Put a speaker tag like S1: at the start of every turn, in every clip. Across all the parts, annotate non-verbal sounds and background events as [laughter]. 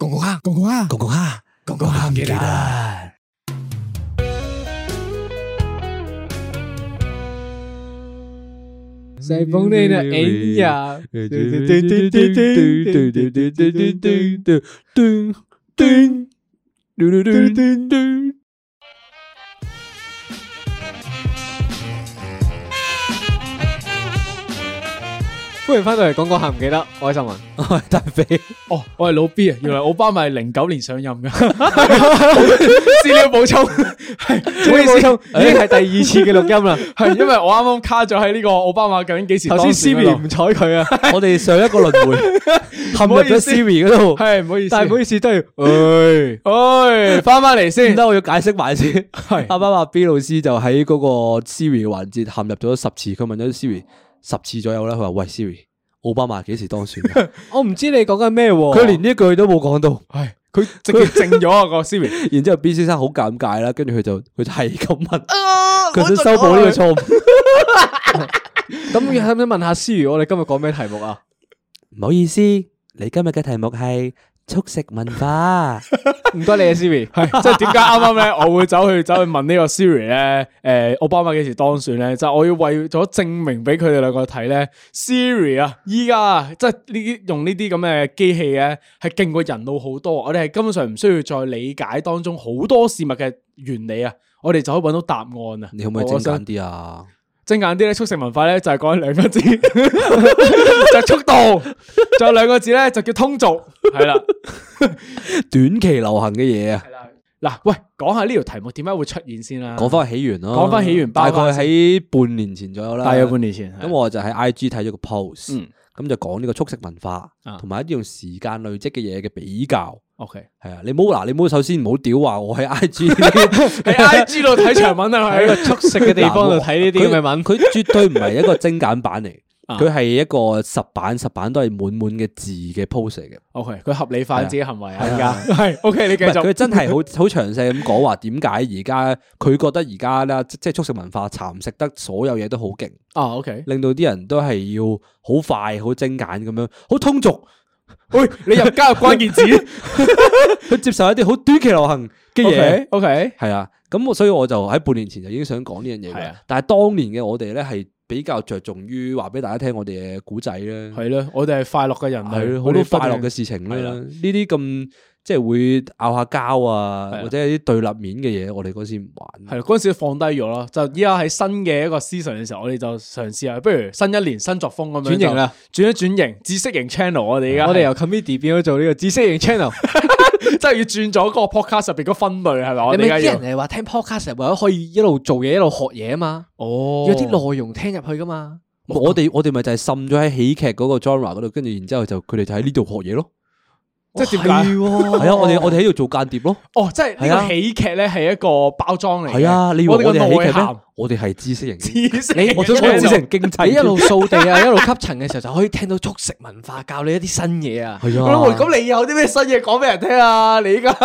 S1: 공고학 공고학 공고학 공고학입니다.
S2: 쌀봉내는 애인이야.歡迎翻到嚟講講下唔記得，我係秀文。
S1: 大肥
S3: 哦，我係老 B 啊，原來奧巴馬係零九年上任噶， [laughs] 資料補充，
S2: 唔好意
S1: 뭐
S2: 思，已經係第二次嘅錄音啦。
S3: 係因為我啱啱卡咗喺呢個奧巴馬究竟幾時
S2: 頭先
S3: 當選嗰
S2: Siri
S3: 度
S2: 唔睬佢啊，
S1: 我哋上一個輪迴陷入咗 Siri 嗰度，
S3: 係唔好意思，
S2: 但係唔好意思都要，唉，
S3: 唉，翻翻嚟
S1: 唔
S3: 先，
S1: 得，我要解釋埋先。
S3: 係
S1: 阿巴馬 B 老師就喺嗰個 Siri 嘅環節陷入咗十次，佢問咗 Siri 十次左右啦。佢話：喂 Siri，奧巴馬幾時當選㗎？
S2: 我唔知你講緊咩喎。
S1: 佢連呢句都冇講到，
S3: 係佢直接靜咗啊個 [laughs] Siri，
S1: 然之後 B 先生好尷尬啦，跟住佢就佢就係咁問，
S2: 呃
S1: 佢想修補呢個錯誤。
S2: [laughs] 咁，想唔想問下 Siri，我哋今日講咩題目啊？
S1: 唔好意思，你今日嘅題目係速食文化。
S2: 唔該你啊，Siri。
S3: 係即係點解啱啱咧我會走去走去問呢個 Siri 咧，誒奧巴馬幾時當選咧？就係我要為咗證明俾佢哋兩個睇咧，Siri 啊，依家啊即係呢啲用呢啲咁嘅機器咧，係勁過人腦好多，啊我哋係根本上唔需要再理解當中好多事物嘅原理啊，我哋就可以揾到答案啊！
S1: 你可唔可以
S3: 我
S1: 精
S3: 想
S1: 簡啲啊？
S3: 精簡啲咧，速食文化咧就係講兩個字，就速度，仲有兩個字咧就叫通俗，係啦，
S1: 短期流行嘅嘢啊，
S3: 嗱，喂，講下呢條題目點解會出現先啦？
S1: 講翻起源咯，
S3: 講返起源包
S1: 大概
S3: 返
S1: 喺半年前左右啦，
S3: 大約半年前，
S1: 咁我就喺 I G 睇咗個 post，
S3: 嗯
S1: 咁就講呢個速食文化，
S3: 啊
S1: 同埋一啲用時間累積嘅嘢嘅比較。
S3: OK
S1: 係啊，你唔好嗱，你唔好首先唔好屌話我喺 I G 喺
S3: 喺 IG 度睇長文啊，
S2: 喺個
S3: 係
S2: 速食嘅地方度睇呢啲咁嘅文，
S1: 佢絕對唔係一個精簡版嚟，
S3: 啊
S1: 佢係一個十版十版都係滿滿嘅字嘅 post 嚟嘅。
S3: OK，佢合理化自己行為啊，而家 [laughs] 係 OK，你繼
S1: 唔係佢
S3: 續
S1: 真係
S2: [laughs]
S1: 好好詳細咁講話點解而家佢覺得而家啦，即即係速食文化蠶食得所有嘢都好勁，
S3: 啊 OK，
S1: 令到啲人都係要好快、好精簡咁樣，好通俗
S3: 喂，你入加入關鍵字
S1: 去接受一啲好短期流行嘅嘢。
S3: OK，
S1: 係啊，咁我所以我就喺半年前就已經想講呢樣嘢㗎
S3: 係
S1: 啦
S3: 啊。
S1: 但係當年嘅我哋咧係比較着重於話俾大家聽我哋嘅古仔咧，
S3: 係咯，我哋係快樂嘅人
S1: 係
S3: 類，
S1: 咯，好
S3: 我
S1: 多
S3: 哋
S1: 快樂
S3: 不
S1: 嘅
S3: 斷
S1: 事情啦。
S3: 係啦
S1: 呢啲咁即係會拗下交啊，
S3: 係啊
S1: 或者有啲對立面嘅嘢，我哋嗰時唔玩。
S3: 係啦，嗰陣時放低咗咯，就依家喺新嘅一個思 e 嘅時候，我哋就嘗試下，不如新一年新作風咁樣
S2: 轉型啦，
S3: 轉一轉型，知識型 channel 我哋而家係
S2: 我哋由 comedy 變咗做呢個知識型 channel。
S3: [laughs] 真係要轉咗個 podcast 入邊個分類係咪？我哋
S2: 你
S3: 而
S2: 咪
S3: 家
S2: 啲
S3: 哦要
S2: 人係話聽 podcast 係為咗可以一路做嘢一路學嘢啊嘛，
S3: 哦
S2: 有啲內容聽入去噶嘛。
S1: 我哋我哋咪就係滲咗喺喜劇嗰個 genre 嗰度，跟住然之後就佢哋就喺呢度學嘢咯。
S3: 即係點
S2: 係
S3: 解？
S2: 喎
S1: 係啊，我哋我哋喺度做間諜咯。
S3: 哦，即係呢
S1: 係啊
S3: 個喜劇咧係一個包裝嚟嘅。
S1: 係啊，你以為
S3: 哋
S1: 我哋係
S3: 個
S1: 喜
S3: 內
S1: 劇咩
S3: 涵？
S1: 我哋係知識型嘅，
S3: 知識
S2: 你
S3: 型
S1: 我想講知識
S3: channel
S1: 型經濟。
S2: 你一路掃地啊，一 [laughs] 路吸塵嘅時候就可以聽到速食文化教你一啲新嘢啊。
S1: 係
S3: 咁
S1: 啊，
S3: 咁你有啲咩新嘢講俾人聽啊？你而家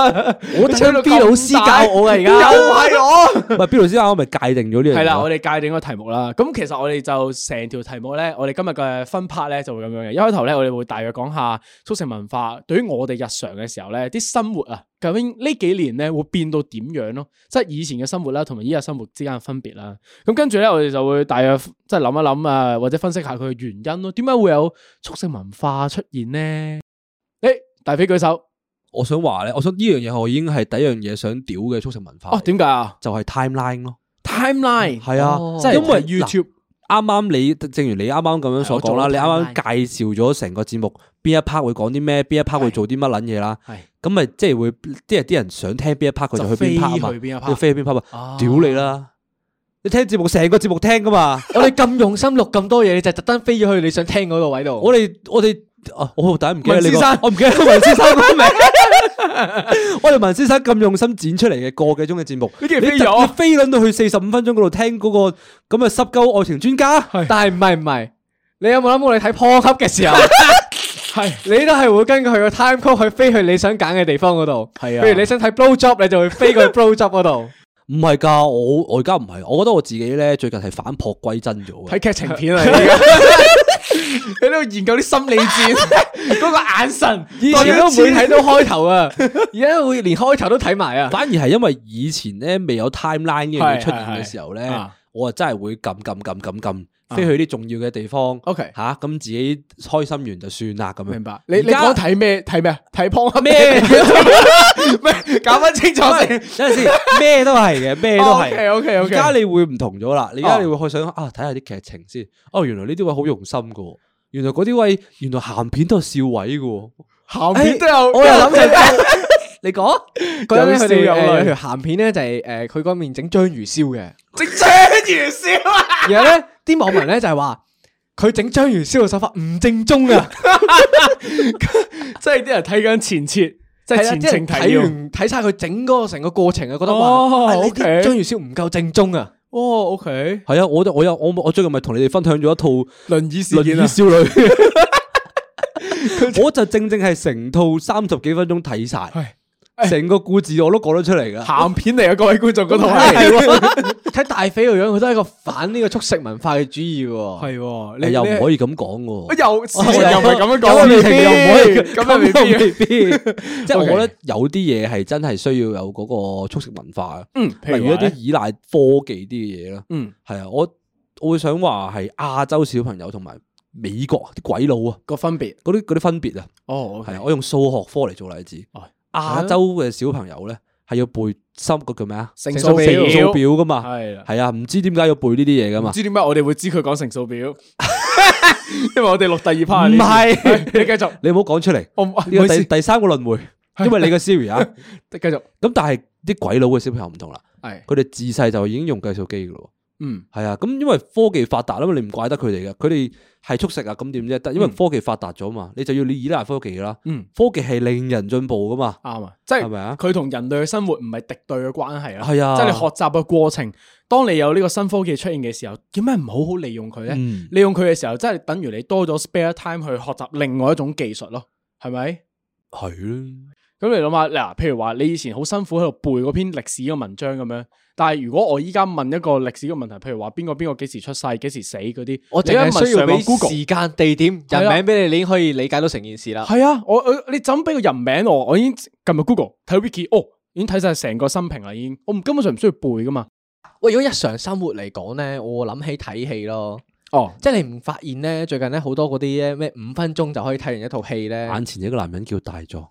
S2: 我等緊 B 老師教我啊，而
S3: 又
S2: 家
S3: 係我。
S1: 唔係邊度先啱？我咪界定咗呢樣嘢。
S3: 係啊啦，我哋界定個題目啦。咁其實我哋就成條題目咧，我哋今日嘅分 part 咧就會咁樣嘅。一開頭咧，我哋會大約講下速成文化對於我哋日常嘅時候咧，啲生活啊，究竟呢幾年咧會變到點樣咯？即係以前嘅生活啦，同埋依家生活之間嘅分別啦。咁跟住咧，我哋就會大約即係諗一諗啊，或者分析下佢嘅原因咯。點解會有速成文化出現呢？誒、大飛舉手，
S1: 我想話咧，我想呢樣嘢我已經係第一樣嘢想屌嘅速成文化
S3: 哦，，點解啊
S1: 就係 timeline 咯。
S3: 哦？Timeline
S1: 係啊
S2: 哦，
S3: 即係
S1: 因為
S3: 睇 YouTube
S1: 啱啱你，正如你啱啱咁樣所講啦，
S2: 係我做咗
S1: 你啱啱介紹咗成個節目邊一 part 會講啲咩，邊一 part 會做啲乜撚嘢啦，
S3: 係
S1: 咁咪即係會即係啲人想聽邊一 part 佢就去邊 part 啊嘛
S3: 飛，去邊一 part
S1: 你飛去邊 part
S3: 啊
S2: 哦
S1: 啊？屌你啦！你聽節目成個節目聽噶嘛？哦
S2: 我哋咁用心錄咁多嘢，你就特登飛咗去你想聽嗰個位度。
S1: 我哋我哋啊，我第一唔記得你
S2: 文
S1: 個
S2: 先生
S1: 我唔記得文先生個名。我哋文先生咁用心剪出嚟嘅個幾鐘嘅節目，
S3: 你竟然
S1: 你
S3: 飛
S1: 特
S3: 咗
S1: 意飛撚到去四十五分鐘嗰度聽嗰個咁嘅濕鳩愛情專家，
S2: 但系唔系唔系，你有冇谂過你睇 p o 嘅
S3: [laughs]
S2: 時候，系你都係會根據佢個 time code 去飛去你想揀嘅地方嗰度。
S3: 係啊
S2: 譬如你想睇 blow job，你就會飛過去 blow job 嗰度。
S1: 唔係㗎，我我而家唔係，我覺得我自己咧最近係反璞歸真咗嘅。
S3: [laughs] 睇劇情片啊！你
S2: [laughs]
S3: 而家你喺度研究啲心理戰， [laughs] 嗰個眼神，
S2: 以前都唔會睇到開
S3: [laughs]
S2: 頭啊，而家會連開頭都睇埋啊。
S1: 反而係因為以前咧未有 timeline 呢樣嘢出現嘅時候
S3: 係係係
S1: 咧
S3: 啊，
S1: 我啊真係會撳撳撳撳撳，飛去啲重要嘅地方。
S3: OK
S1: 吓咁自己開心完就算啦咁樣。
S3: 啊
S1: 哎 [laughs]
S3: 明白？你你
S1: 而家
S3: 講睇咩？睇嗯咩？啊睇 p o
S1: 咩？
S3: [laughs] 咩？ [laughs] 搞翻清楚先。
S1: 等陣先，咩都係
S3: [laughs]
S1: 嘅，咩都係。而
S3: 哦 OK，OK，OK
S1: 家你會唔同咗啦，你而家
S3: 哦
S1: 你會去想啊睇下啲劇情先。哦，原來呢啲位好用心噶，原來嗰啲位原來鹹片都有笑位噶。
S3: 鹹片都有，
S1: 我又諗住
S2: [laughs]
S1: 你講
S2: 嗰陣咧，佢哋
S3: 有笑有淚
S2: 誒有條鹹片咧，就係誒佢嗰面整章魚燒嘅。
S3: 直槍如 [laughs] 笑啊！
S2: 然後咧，啲網民咧就係話佢整章魚燒嘅手法唔正宗啊。
S3: 即係啲人睇緊前設， [laughs] 即係
S2: 係啦，
S3: 前
S2: 即係
S3: 情提
S2: 睇
S3: 要。
S2: 完睇晒佢整嗰個成個過程啊，覺得
S3: 哦
S2: 哇，啊呢
S3: OK
S2: 啲章魚燒唔夠正宗啊！
S3: 哦，OK，
S1: 係啊，我都我有我我最近咪同你哋分享咗一套。
S3: 輪椅事
S1: 輪
S3: 件
S1: 椅
S3: 啊，
S1: 少
S3: [laughs]
S1: 女。我就正正係成套三十幾分鐘睇晒，
S3: 哎
S1: 成個故事我都講得出嚟噶。
S3: 鹹片嚟嘅啊各位觀眾嗰度係。
S2: 啊係睇大肥個樣，佢都係一個反呢個速食文化嘅主義喎。
S3: 係喎，
S1: 你
S3: 你
S1: 又哎唔可
S3: 以，
S1: 以咁講
S3: 我
S1: 喎。
S3: 又事情又唔係咁樣
S1: 有
S3: 講，
S1: 事情又唔可以
S3: 咁又未必
S1: 又未
S3: [laughs]
S1: 必。即係我
S3: OK
S1: 覺得有啲嘢係真係需要有嗰個速食文化嘅，
S3: 嗯，譬
S1: 例如
S3: 如
S1: 一
S3: 一
S1: 啲
S3: 啲，
S1: 依賴科技啲嘅嘢啦。
S3: 嗯，
S1: 係啊，我我會想話係亞洲小朋友同埋美國啲鬼佬啊，
S3: 個分別。
S1: 嗰啲嗰啲分別啊。
S3: 哦
S1: 係啊，我用數學科嚟做例子
S3: 哦。
S1: 亞洲嘅小朋友咧係要背三個叫咩啊？
S3: 乘
S2: 數表
S1: 乘數表噶嘛，
S3: 係啦，
S1: 係啊，唔知點解要背呢啲嘢噶
S3: 唔
S1: 嘛？
S3: 知點解我哋會知佢講乘數表， [laughs] 因為我哋錄第二 part
S1: 唔
S3: 啊呢
S1: 係，
S3: 啲，你繼
S1: [laughs]
S3: 續，
S1: 你唔好講出嚟。
S3: 我唔
S1: 呢
S3: 唔好
S1: 個
S3: 意思
S1: 第，第三個輪迴，因為你個 Siri 啊。
S3: 繼續，
S1: 咁但係啲鬼佬嘅小朋友唔同啦，
S3: 係，
S1: 佢哋自細就已經用計數機噶咯。
S3: 嗯，
S1: 係啊，咁因為科技發達啦嘛，你唔怪得佢哋嘅，佢哋係速食啊，咁點啫？但因為
S3: 嗯
S1: 科技發達咗嘛，你就要你依賴科技㗎啦。
S3: 嗯，
S1: 科技係令人進步噶嘛，
S3: 啱啊，即
S1: 係咪
S3: 係
S1: 啊？
S3: 佢同人類嘅生活唔係敵對嘅關係啦，
S1: 係啊
S3: 即係你學習嘅過程，當你有呢個新科技出現嘅時候，點解唔好好利用佢咧？
S1: 嗯
S3: 利用佢嘅時候，真係等於你多咗 spare time 去學習另外一種技術咯，係咪？
S1: 係啦，
S3: 咁你諗下，嗱，譬如話你以前好辛苦喺度背嗰篇歷史嘅文章咁樣，但係如果我依家問一個歷史嘅問題，譬如話邊個邊個幾時出世、幾時死嗰啲，
S2: 我
S3: 你
S2: 淨
S3: 一問
S2: 係需要
S3: 上網
S2: 俾
S3: Google
S2: 時間、地點、
S3: 係
S2: 人
S3: 啦
S2: 名俾你，你已經可以理解到成件事啦。
S3: 係啊，我我你就咁俾個人名我，我已經撳入 Google 睇 wiki，哦，已經睇晒成個生平啦，已經，我唔根本上唔需要背噶嘛。
S2: 喂，如果日常生活嚟講咧，我諗起睇戲咯，
S3: 哦，
S2: 即係你唔發現咧，最近咧好多嗰啲咧咩五分鐘就可以睇完一套戲咧，
S1: 眼前有一個男人叫大壯，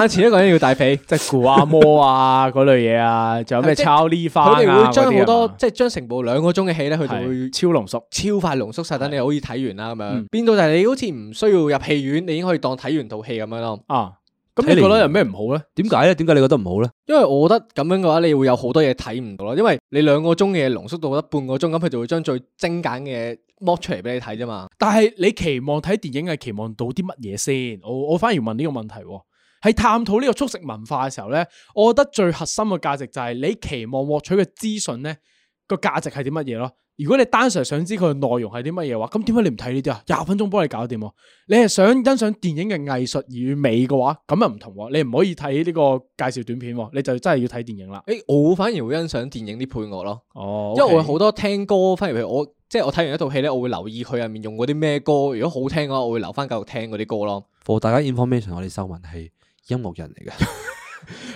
S2: 眼前一個人要大肥。
S3: 即係古阿摩啊嗰類嘢
S2: [laughs]
S3: 啊，仲有咩
S2: 係即係
S3: 抄呢番啊
S2: 佢哋會
S3: 嗰
S2: 將
S3: 啲
S2: 好
S3: 啊
S2: 多
S3: 嘛
S2: 即係將成部兩個鐘嘅戲咧，佢哋會
S3: 係超濃縮。
S2: 超快濃縮晒，等你好似睇完啦咁樣，
S3: 嗯
S2: 變到就係你好似唔需要入戲院，你已經可以當睇完套戲咁樣咯。
S3: 啊，咁
S1: 睇
S3: 你
S1: 嚟
S3: 覺得有咩唔好咧？
S1: 點解咧？點解你覺得唔好咧？
S2: 因為我覺得咁樣嘅話，你會有好多嘢睇唔到咯。因為你兩個鐘嘅嘢濃縮到得半個鐘，咁佢就會將最精簡嘅剝出嚟俾你睇啫嘛。
S3: 但係你期望睇電影係期望到啲乜嘢先？我我反而問呢個問題喎。喺探討呢個速食文化嘅時候咧，我覺得最核心嘅價值就係你期望獲取嘅資訊咧個價值係啲乜嘢咯。如果你單純想知佢嘅內容係啲乜嘢嘅話，咁點解你唔睇呢啲啊？廿分鐘幫你搞掂喎。你係想欣賞電影嘅藝術與美嘅話，咁又唔同喎。你唔可以睇呢個介紹短片喎，你就真係要睇電影啦。
S2: 誒、我反而會欣賞電影啲配樂咯
S3: 哦
S2: 因為我好多聽歌，反而譬如我即係我睇完一套戲咧，我會留意佢入面用嗰啲咩歌。如果好聽嘅話，我會留翻繼續聽嗰啲歌咯。
S1: 課大家 information，我哋秀文係音樂人嚟嘅，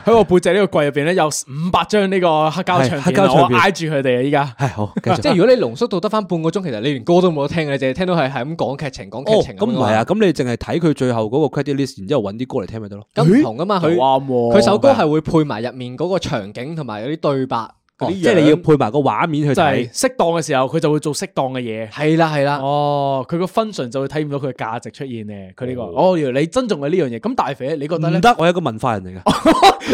S3: 喺我背脊呢個櫃入邊咧，有五百張呢個黑膠
S1: 係
S3: 唱
S1: 黑
S3: 片啊，
S1: 膠唱
S3: 我
S1: 片
S3: 挨住佢哋啊，依家。
S1: 係好
S3: [laughs]
S1: 繼續。
S2: 即係如果你濃縮到得翻半個鐘，其實你連歌都冇得聽嘅，你淨係聽到係係咁講劇情講
S1: 哦，
S2: 劇情
S1: 咁唔
S2: 樣
S1: 係啊，咁你淨係睇佢最後嗰個 credit list，然之後揾啲歌嚟聽咪得咯。
S2: 咁唔同噶嘛，佢
S3: 又啱喎
S2: 佢首歌係會配埋入面嗰個場景同埋有啲對白嗰
S1: 哦
S2: 啲
S1: 即係你要
S2: 樣
S1: 配埋個畫面去
S3: 就係
S1: 睇。
S3: 適當嘅時候，佢就會做適當嘅嘢。
S2: 係啦係啦，
S3: 哦，佢個 function 就會體驗到佢嘅價值出現咧。佢呢個哦，原來你珍重嘅呢樣嘢。咁大肥，你覺得咧
S1: 唔？得，我係一個文化人嚟嘅，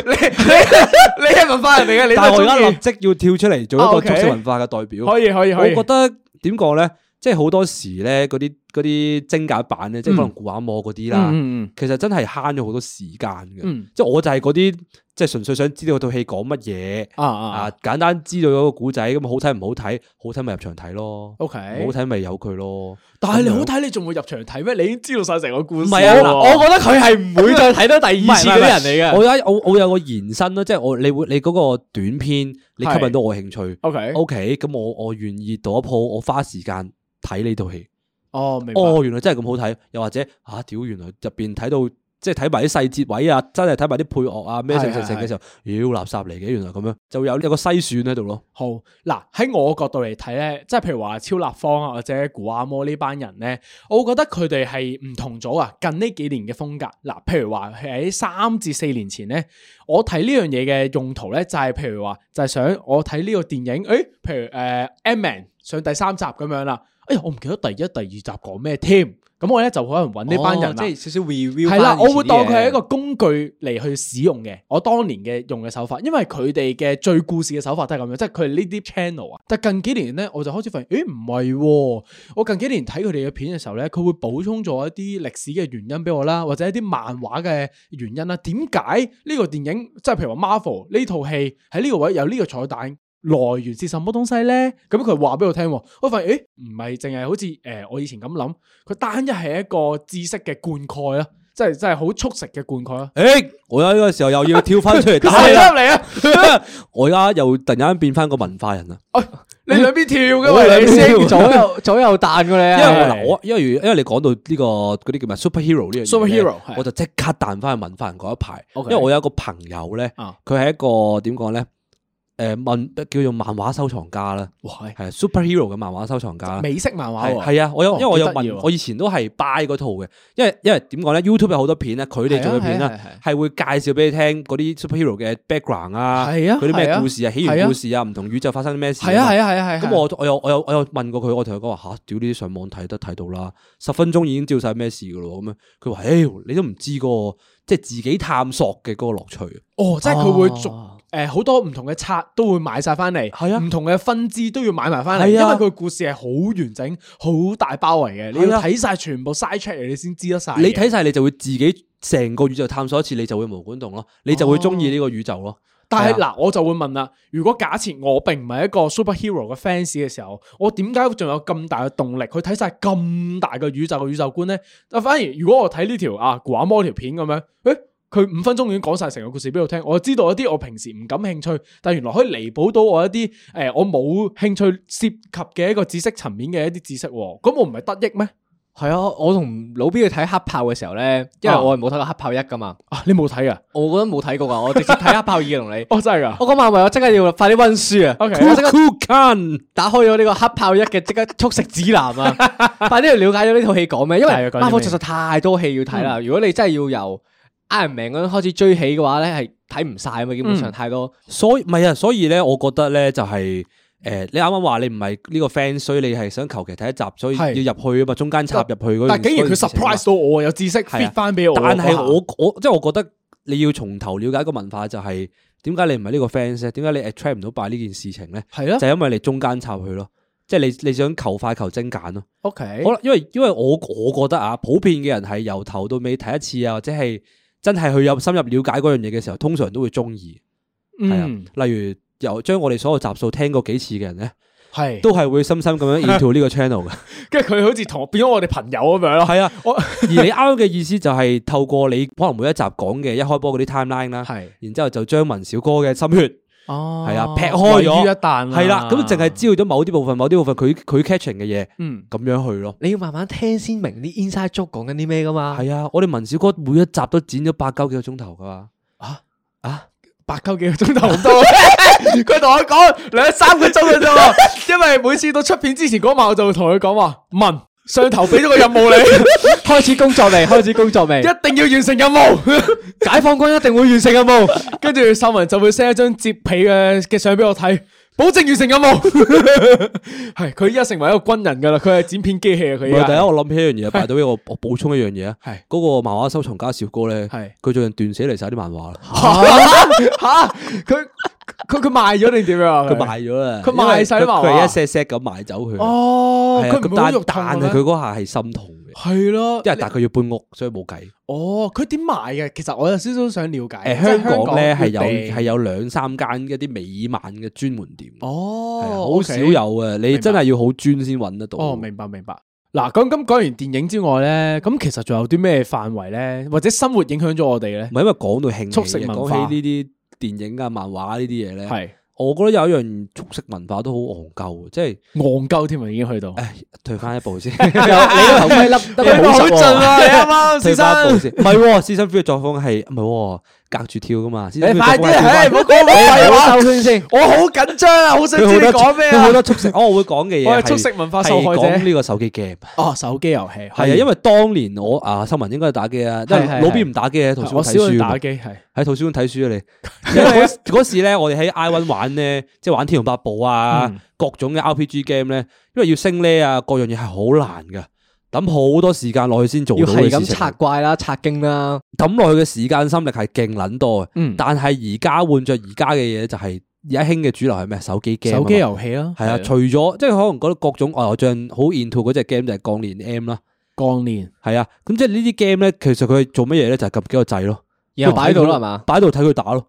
S3: 你你 [laughs] 你係文化人嚟嘅，你
S1: 但係我
S3: 都
S1: 而家
S3: 中
S1: 立
S3: 意。
S1: 即要跳出嚟做
S3: 啊
S1: 一個
S3: ，OK
S1: 中式文化嘅代表。
S3: 可以可以可
S1: 我
S3: 以。
S1: 覺得點講咧，即係好多時咧，嗰啲嗰啲精簡版咧，即係可能古畫魔嗰啲啦，
S3: 嗯
S1: 其實真係慳咗好多時間嘅。
S3: 嗯
S1: 即係我就係嗰啲，即係純粹想知道套戲講乜嘢
S3: 啊
S1: 啊
S3: 啊，
S1: 簡單知道咗個古仔咁好睇唔好睇，好睇咪入場睇咯，唔
S3: ，OK，
S1: 好睇咪由佢咯。
S3: 但係你好睇，你仲會入場睇咩？你已經知道晒成個故
S1: 唔
S3: 事啦。
S1: 係啊嗱
S2: 我覺得佢係唔會再睇到第二次嗰啲人嚟嘅。
S1: 我有我我有個延伸啦，即係我你會你嗰個短片，你吸引到我興趣。
S3: O K，
S1: O K，咁我我願意賭一鋪，我花時間睇呢套戲。
S3: 哦，明白。
S1: 哦，原來真係咁好睇，又或者啊，屌，原來入邊睇到即係睇埋啲細節位啊，真係睇埋啲配樂啊，咩
S3: 係
S1: 成成成嘅時候，妖垃圾嚟嘅，原來咁樣，就會有有個篩選喺度咯。
S3: 好嗱，喺我角度嚟睇咧，即係譬如話超立方啊，或者古阿摩呢班人咧，我覺得佢哋係唔同咗啊！近呢幾年嘅風格，嗱，譬如話喺三至四年前咧，我睇呢樣嘢嘅用途咧，就係、譬如話就係、想我睇呢個電影，誒、譬如誒、呃、M Man 上第三集咁樣啦，哎呀，我唔記得第一、第二集講咩添，咁我咧就可能揾呢班人啦。啊
S2: 哦啊即係少少 review
S3: 哦係啦，
S2: 返以前啲嘢
S3: 我會當佢係一個工具嚟去使用嘅，我當年嘅用嘅手法，因為佢哋嘅最故事嘅手法都係咁樣，即係佢哋呢
S2: 嗯
S3: 啲 channel 啊。但近幾年咧，我就開始發現，咦唔係喎，我近幾年睇佢哋嘅片嘅時候咧，佢會補充咗一啲歷史嘅原因俾我啦，或者一啲漫畫嘅原因啦。點解呢個電影即係譬如話 Marvel 呢套戲喺呢個位有呢個彩蛋？來源是什麼東西咧？咁佢話俾我聽喎，我發現誒唔係淨係好似誒、呃我以前咁諗，佢單一係一個知識嘅灌溉啊啦，即係即係好速食嘅灌溉啊啦。
S1: 誒，我有呢個時候又要跳翻出嚟打
S3: [laughs] 係
S1: 你
S3: 啦
S1: 啦！
S3: 嚟啊！
S1: 我而家又突然間變翻個文化人啊啦，
S3: 你兩邊跳嘅
S1: 我
S3: 喂，
S1: 兩
S3: 啊你
S1: 邊
S3: 先
S1: 跳
S2: 左右左右彈嘅你
S1: 因
S2: 啊，
S1: 為我
S3: 係
S1: 嗱我因為如因為你講到呢個嗰啲叫咩 superhero 呢樣嘢
S3: Superhero，
S1: 呢
S3: 係
S1: 我就即刻彈翻去文化人嗰一排，因
S3: OK
S1: 為我有一個朋友咧，
S3: 啊
S1: 佢係一個點講咧？誒漫叫做漫畫收藏家啦，
S3: 哇
S1: 係啊 superhero 嘅漫畫收藏家啦。
S3: 啊美式漫畫
S1: 係
S3: 喎，
S1: 係啊，我有
S3: 哦
S1: 因為我有
S3: 幾得意
S1: 問
S3: 喎，
S1: 我以前都係 buy 嗰套嘅，因為因為點講咧，YouTube 有好多片咧，佢哋做嘅片
S3: 係
S1: 啦
S3: 啊係啊係啊，
S1: 係會介紹俾你聽嗰啲 superhero 嘅 background 啊，
S3: 係啊
S1: 嗰啲
S3: 係
S1: 咩
S3: 啊
S1: 故事啊、起
S3: 係啊
S1: 源故事啊、唔同宇宙發生啲咩事
S3: 係啊係
S1: 啊。
S3: 啊係啊係。
S1: 咁我我有我有我有問過佢，我同佢講話吓，屌呢啲上網睇得睇到啦，十分鐘已經照晒咩事噶咯咁樣。佢話：，誒你都唔知個即係自己探索嘅嗰個樂趣。啊
S3: 哦，即係佢會逐
S1: 哦
S3: 誒好多唔同嘅冊都會買晒翻嚟，
S1: 係啊
S3: 唔同嘅分支都要買埋翻嚟，因為
S1: 係啊
S3: 佢故事係好完整、好大包圍嘅，你
S1: 係
S3: 要
S1: 啊
S3: 睇晒全部 side check 嚟，你先知得晒嘅。
S1: 你睇晒你就會自己成個宇宙探索一次，你就會無管動咯，你就會中意呢個宇宙咯。
S3: 但係
S1: 係
S3: 嗱，我就會問啦，如果假設我並唔係一個 superhero 嘅 fans 嘅時候，我點解仲有咁大嘅動力去睇晒咁大嘅宇宙嘅宇宙觀咧？啊，反而如果我睇呢條啊古阿摩條片咁樣，誒，佢五分鐘已經講晒成個故事俾我聽，我知道一啲我平時唔感興趣，但原來可以彌補到我一啲誒、呃我冇興趣涉及嘅一個知識層面嘅一啲知識喎，咁我唔係得益咩？
S2: 係啊，我同老 B 去睇黑豹嘅時候咧，因為
S3: 啊
S2: 我係冇睇過黑豹一噶嘛，
S3: 啊，你冇睇噶？
S2: 我覺得冇睇過噶，我直接睇黑豹二嘅同你。
S3: 哦，真係噶？
S2: 我嗰晚為我即刻要快啲温書啊
S3: OK
S2: 我即刻
S1: Cool Can
S2: 打開咗呢個黑豹一嘅即刻速食指南
S3: [laughs]
S2: 啊！快啲去了解咗呢套戲講咩，因為
S3: 係啊講啲咩嗯
S2: Marvel 實在太多戲要睇啦。如果你真係要由 Iron Man 嗰陣開始追起嘅話咧，係睇唔晒啊嘛，基本上
S3: 嗯
S2: 太多。
S1: 所以唔係啊，所以咧，我覺得咧就係、誒、你啱啱話你唔係呢個 fan，所以你係想求其睇一集，所以
S3: 係
S1: 要入去啊嘛，中間插入去嗰樣
S3: 但竟然
S1: 嗰
S3: 佢
S1: 件事情啊嘛
S3: surprise 到我，有知識
S1: 係啊
S3: fit 翻俾我嗰下。
S1: 但係我我即係我覺得你要從頭了解個文化就係點解你唔係呢個 fans 咧？點解你 attract 唔到 by 呢件事情咧？
S3: 係咯
S1: 就係因為你中間插去咯，即係你你想求快求精簡咯。
S3: ，OK，
S1: 好啦，因為因為我我覺得啊，普遍嘅人係由頭到尾睇一次啊，或者係真係去入深入了解嗰樣嘢嘅時候，通常都會中意。係啊
S3: 嗯，，
S1: 例如由將我哋所有集數聽過幾次嘅人咧，
S3: 係。
S1: 都係會深深咁樣 into 呢個 channel 嘅。
S3: 跟住佢好似同我變咗我哋朋友咁
S2: 哦
S3: 樣咯。
S1: 係啊，
S3: 我
S1: 而你啱啱嘅意思就係透過你可能每一集講嘅一開波嗰啲 timeline 啦，
S3: 係
S1: 然之後就將文小哥嘅心血
S3: 哦
S1: 係啊劈開咗
S3: 毀於一旦啊
S1: 係啦，咁淨係知道咗某啲部分、某啲部分佢佢 catching 嘅嘢
S3: 嗯
S1: 咁樣去咯。
S2: 你要慢慢聽先明啲 inside joke 講緊啲咩噶嘛。
S1: 係啊，我哋文小哥每一集都剪咗八九幾個鐘頭噶嘛。
S3: 八鳩幾個鐘頭咁
S2: [laughs]
S3: 多。佢
S2: 어,
S3: 同我講兩三個鐘嘅啫喎，因為每次到出片之前嗰晚，我就會同佢
S2: 어,
S3: 講話文。上頭俾咗個任
S2: 뭐
S3: 務你，
S2: 開始工作未？開始工作未？
S3: 一定要完成任
S2: 뭐.
S3: 務。
S2: 解放軍一定會完成任務。
S3: 跟住秀文就會 send 一張接被嘅嘅相俾我睇，保證完成任
S2: 뭐. [laughs]
S3: 務。係佢依家成為一個軍人噶啦，佢係剪片機器啊！佢
S2: 哎
S1: 唔係，第一
S3: 依
S1: 我諗起一樣
S2: [laughs]
S1: 嘢，但係到呢我我補充一樣嘢啊。
S3: 係
S1: 嗰個漫畫收藏家小哥咧，
S3: 係
S1: 아. 佢最近斷捨離晒啲漫畫啦。
S2: 그,
S3: 家吓吓，佢
S2: 佢佢卖咗定點樣啊？
S1: 佢賣咗啦，
S2: 佢賣晒啲
S1: 因為佢
S2: 漫畫
S1: 佢係一 set set 咁賣走
S2: 아,
S1: 佢。
S2: 哦，
S1: 係啊
S2: 佢唔
S1: 咁
S2: 會好
S1: 但
S2: 肉痛
S1: 但係佢嗰下係心痛嘅，
S2: 系咯，
S1: 因為但係佢要搬屋，所以冇計。
S2: 哦，佢點賣嘅？其實我有少少想了解。
S1: 誒香港咧係
S2: 即
S1: 有
S2: 香地
S1: 係有兩三間一啲美漫嘅專門店，係啊
S2: 哦，
S1: 好少有。嘅，你真係要好專先揾得到。
S3: 哦，明白明白。嗱，咁咁講完電影之外咧，咁其實仲有啲咩範圍咧，或者生活影響咗我哋咧
S1: 唔？係因為講到興起，啊
S3: 速食文化
S1: 講起呢啲電影啊、漫畫呢啲嘢咧，
S3: 係
S1: 我覺得有一樣速食文化都好戇鳩啊嘅，即係
S3: 戇鳩添啊，已經去到。
S1: 唉退翻一步先， [laughs]
S2: 你個頭盔笠得
S1: 你個
S2: 好
S1: 好
S2: 盡
S1: 盡
S2: 啊！你啱啱
S1: 退
S2: 先
S1: 翻一步
S2: 生，
S1: 先。唔係喎，私生 feel 嘅作風係唔係喎，隔住跳噶嘛？
S2: 你快啲，哎唉，唔好講
S1: 你
S2: 廢
S1: 唔
S2: 話
S1: 好
S2: 收圈先。我好緊張啊，好想知
S1: 佢
S2: 你
S1: 好多
S2: 講咩
S1: 佢好
S2: 啊！
S1: 多速食，哦，我會講嘅
S3: 我
S1: 嘢
S3: 係
S1: 係
S3: 速食文化受害者
S1: 係講呢個手機 game。
S3: 哦，手機遊戲
S1: 係啊，因為當年我啊，新聞應該係打機啊，因為
S3: 係係
S1: 老邊唔打機喺圖書
S3: 我
S1: 館
S3: 少去
S1: 睇書
S3: 打
S1: 啊嘛，
S3: 機係。
S1: 喺圖書館睇書啊你。因為嗰嗰時咧，我哋喺 I One 玩咧，即係玩《天龍八部》啊，各種嘅 RPG game 咧，因為要升呢啊，各樣嘢係好難噶，抌好多時間落去先做
S2: 要
S1: 到
S2: 係
S1: 嘅事
S2: 咁
S1: 情。
S2: 拆怪啦，拆經啦，
S1: 抌落去嘅時間心力係勁撚多嘅。
S3: 嗯
S1: 但係而家換着而家嘅嘢就係而家興嘅主流係咩？手機 game 啊
S3: 手
S1: 嘛。
S3: 機遊戲啦，
S1: 係啊，除咗即係可能覺得各種外我最近好 into 嗰只 game 就係鋼煉 M 啦。
S3: 鋼鍊
S1: 系啊，咁即系呢啲 game 咧，其实佢做乜嘢咧？就系撳幾個掣咯，
S2: 要擺到啦，
S1: 嘛，
S2: 係嘛？
S1: 摆到睇佢打咯，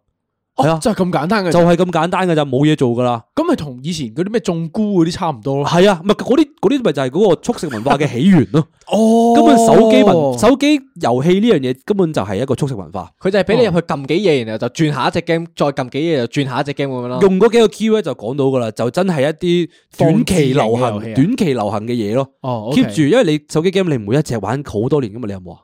S1: 係啊
S3: 哦，就係咁簡單嘅
S1: 就，係咁簡單噶咋，冇嘢做噶啦。
S3: 咁咪同以前嗰啲咩種菇嗰啲差唔多咯。
S1: 係啊，咪嗰啲嗰啲咪就係嗰個速食文化嘅起源咯。
S3: [laughs] 哦
S1: 根本手機文手機遊戲呢樣嘢根本就係一個速食文化，
S2: 佢就係俾你入去撳幾嘢，然後就轉下一隻 game，再撳幾嘢就轉下一隻 game 咁樣
S3: 啊
S2: 咯。
S1: 用嗰幾個 keyword 就講到噶啦，就真係一啲短期流
S3: 放
S1: 行
S3: 置型嘅遊戲啊
S1: 短期流行嘅嘢咯。
S3: 哦
S1: keep 住，因為你手機 game 你唔會一隻玩好多年噶嘛，你有冇啊？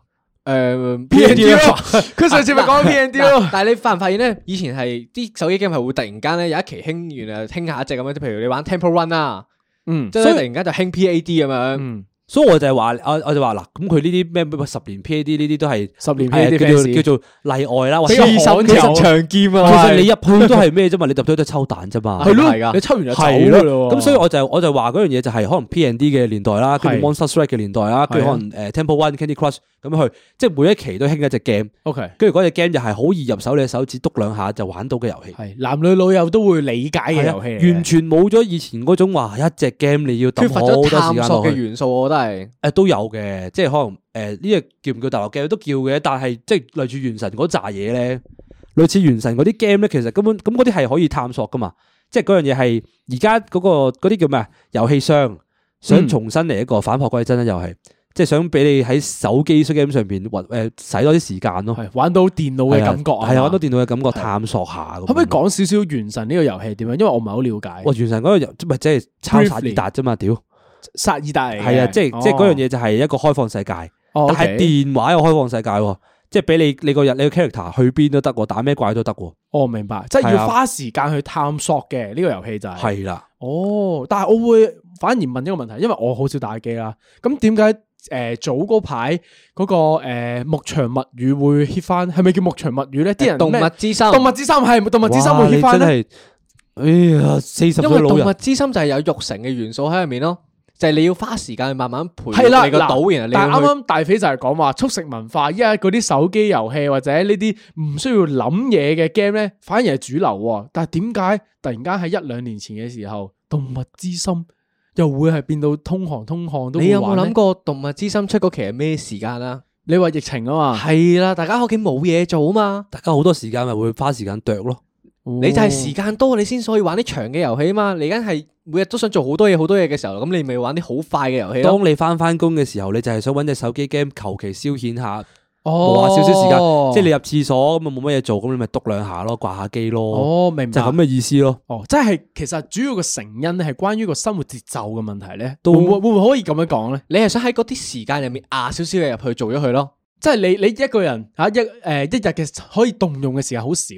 S2: 诶
S3: P N D
S2: 咯。
S3: 咯，佢上次咪講 P N D 咯
S2: 嗱。但係你發唔發現咧？以前係啲手機 game 係會突然間咧有一期興完啊，興下一隻咁樣，即係譬如你玩 Temple Run à. 啊，
S3: 嗯
S2: 即係咧突然間就興 PAD 咁樣。
S3: 嗯，
S1: 所以我就係話，我我就話嗱，咁佢呢啲咩咩十年 PAD 呢啲都係
S3: 十年 P
S1: 係
S3: N D
S1: 叫做叫做例外啦，或者
S3: 比較罕
S1: 其實
S3: 有
S2: 長劍
S1: 其實你入去都係咩啫嘛，你入去都係抽蛋啫嘛
S2: 係。
S3: 啊係
S2: 係㗎
S3: 咯，你抽完就走
S1: 係
S3: 㗎
S1: 咯，
S3: 咯。
S1: 咁所以我就我就話嗰樣嘢就係可能 P and D 嘅年代啦，跟住
S3: 係
S1: Monster Strike 嘅年代啦，跟住
S3: 係啊
S1: 可能誒 Temple One、Candy Crush 咁樣去，即係每一期都興一隻 game，
S3: OK
S1: 跟住嗰隻 game 就係好易入手，你嘅手指篤兩下就玩到嘅遊戲。
S3: 係男女老幼都會理解嘅
S1: 係啊
S3: 哎遊戲嚟嘅，
S1: 完全冇咗以前嗰種話一隻 game 你要
S2: 缺
S1: 抌
S2: 乏
S1: 好多
S2: 咗
S1: 時
S2: 探
S1: 間
S2: 索
S1: 落
S2: 嘅
S1: 去。
S2: 元素，我覺得係。
S1: 誒呃都有嘅，即係可能誒呢隻叫唔叫大陸 game 都叫嘅，但係即係類似原神嗰扎嘢咧，類似原神嗰啲 game 咧，其實根本咁嗰啲係可以探索噶嘛，即係嗰樣嘢係而家嗰個嗰啲叫咩啊遊戲商
S3: 嗯
S1: 想重新嚟一個反璞歸真啦，又係即係想俾你喺手機 game 上邊揾誒使多啲時間咯，
S3: 係玩到電腦嘅感覺
S1: 係啊係啊，
S3: 嘛
S1: 揾到電腦嘅感覺探索下咁樣。
S3: 可唔可以講少少《原神》呢個遊戲點樣？因為我唔係好了解。
S1: 哇？原神嗰個遊咪即係抄殺爾
S3: Briefly
S1: 達啫嘛，屌
S3: 薩爾達嚟嘅
S1: 係啊，即係即係嗰樣，嘢
S3: 哦
S1: 就係一個開放世界。
S3: 哦
S1: 但係
S3: OK
S1: 電話有開放世界喎，即係俾你你個人你個 character 去邊都得喎，打咩怪都得喎。
S3: 我哦明白，即係
S1: 係啊
S3: 要花時間去探索嘅呢個遊戲就係。
S1: 係啦，
S3: 哦，但係我會反而問一個問題，因為我好少打機啦。咁點解誒早嗰排嗰個誒牧場物語會 hit 翻？係咪叫牧場物語咧？啲人
S2: 動物
S3: 咩
S2: 之心，
S3: 動物之心係動物之心
S1: 啊哇
S3: 啊會 hit 翻
S1: 你真
S3: 咧？
S1: 係，哎呀，四十歲
S2: 因為
S1: 老
S2: 動
S1: 人
S2: 物之心就係有肉成嘅元素喺入面咯，就係你要花時間去慢慢培
S3: 係啦
S2: 育你個
S3: 嗱
S2: 島，然後你
S3: 但係
S2: 要
S3: 啱
S2: 去
S3: 啱大肥就係講話速食文化，依家嗰啲手機遊戲或者呢啲唔需要諗嘢嘅 game 咧，反而係主流喎。但係點解突然間喺一兩年前嘅時候，動物之心又會係變到通行通巷都
S2: 你
S3: 會
S2: 有冇
S3: 玩呢
S2: 諗？過動物之心出嗰期係咩時間啊？
S3: 你話疫情
S1: [laughs]
S3: 啊嘛，
S2: 係啦，大家屋企冇嘢做啊嘛，
S1: 大家好多時間咪會花時間剁咯。
S2: 你就係時間多，你先所以玩啲長嘅遊戲啊嘛。你而家係每日都想做好多嘢，好多嘢嘅時候，咁你咪玩啲好快嘅遊戲咯。
S1: 當你翻翻工嘅時候，你就係想揾隻手機 game 求其消遣下，
S3: 哦，
S1: 磨下少少時間。即係你入廁所咁啊，冇乜嘢做，咁你咪篤兩下咯，掛下機咯，
S3: 哦，明
S1: 就
S3: 白
S1: 咁嘅意思咯。
S3: 哦，即係其實主要個成因係關於個生活節奏嘅問題咧，
S1: 都
S3: 會唔會會唔會可以咁樣講咧？
S2: 你係想喺嗰啲時間入面壓少少嘢入去做咗佢咯。
S3: 即係你你一個人吓一诶一日嘅可以動用嘅時間好少，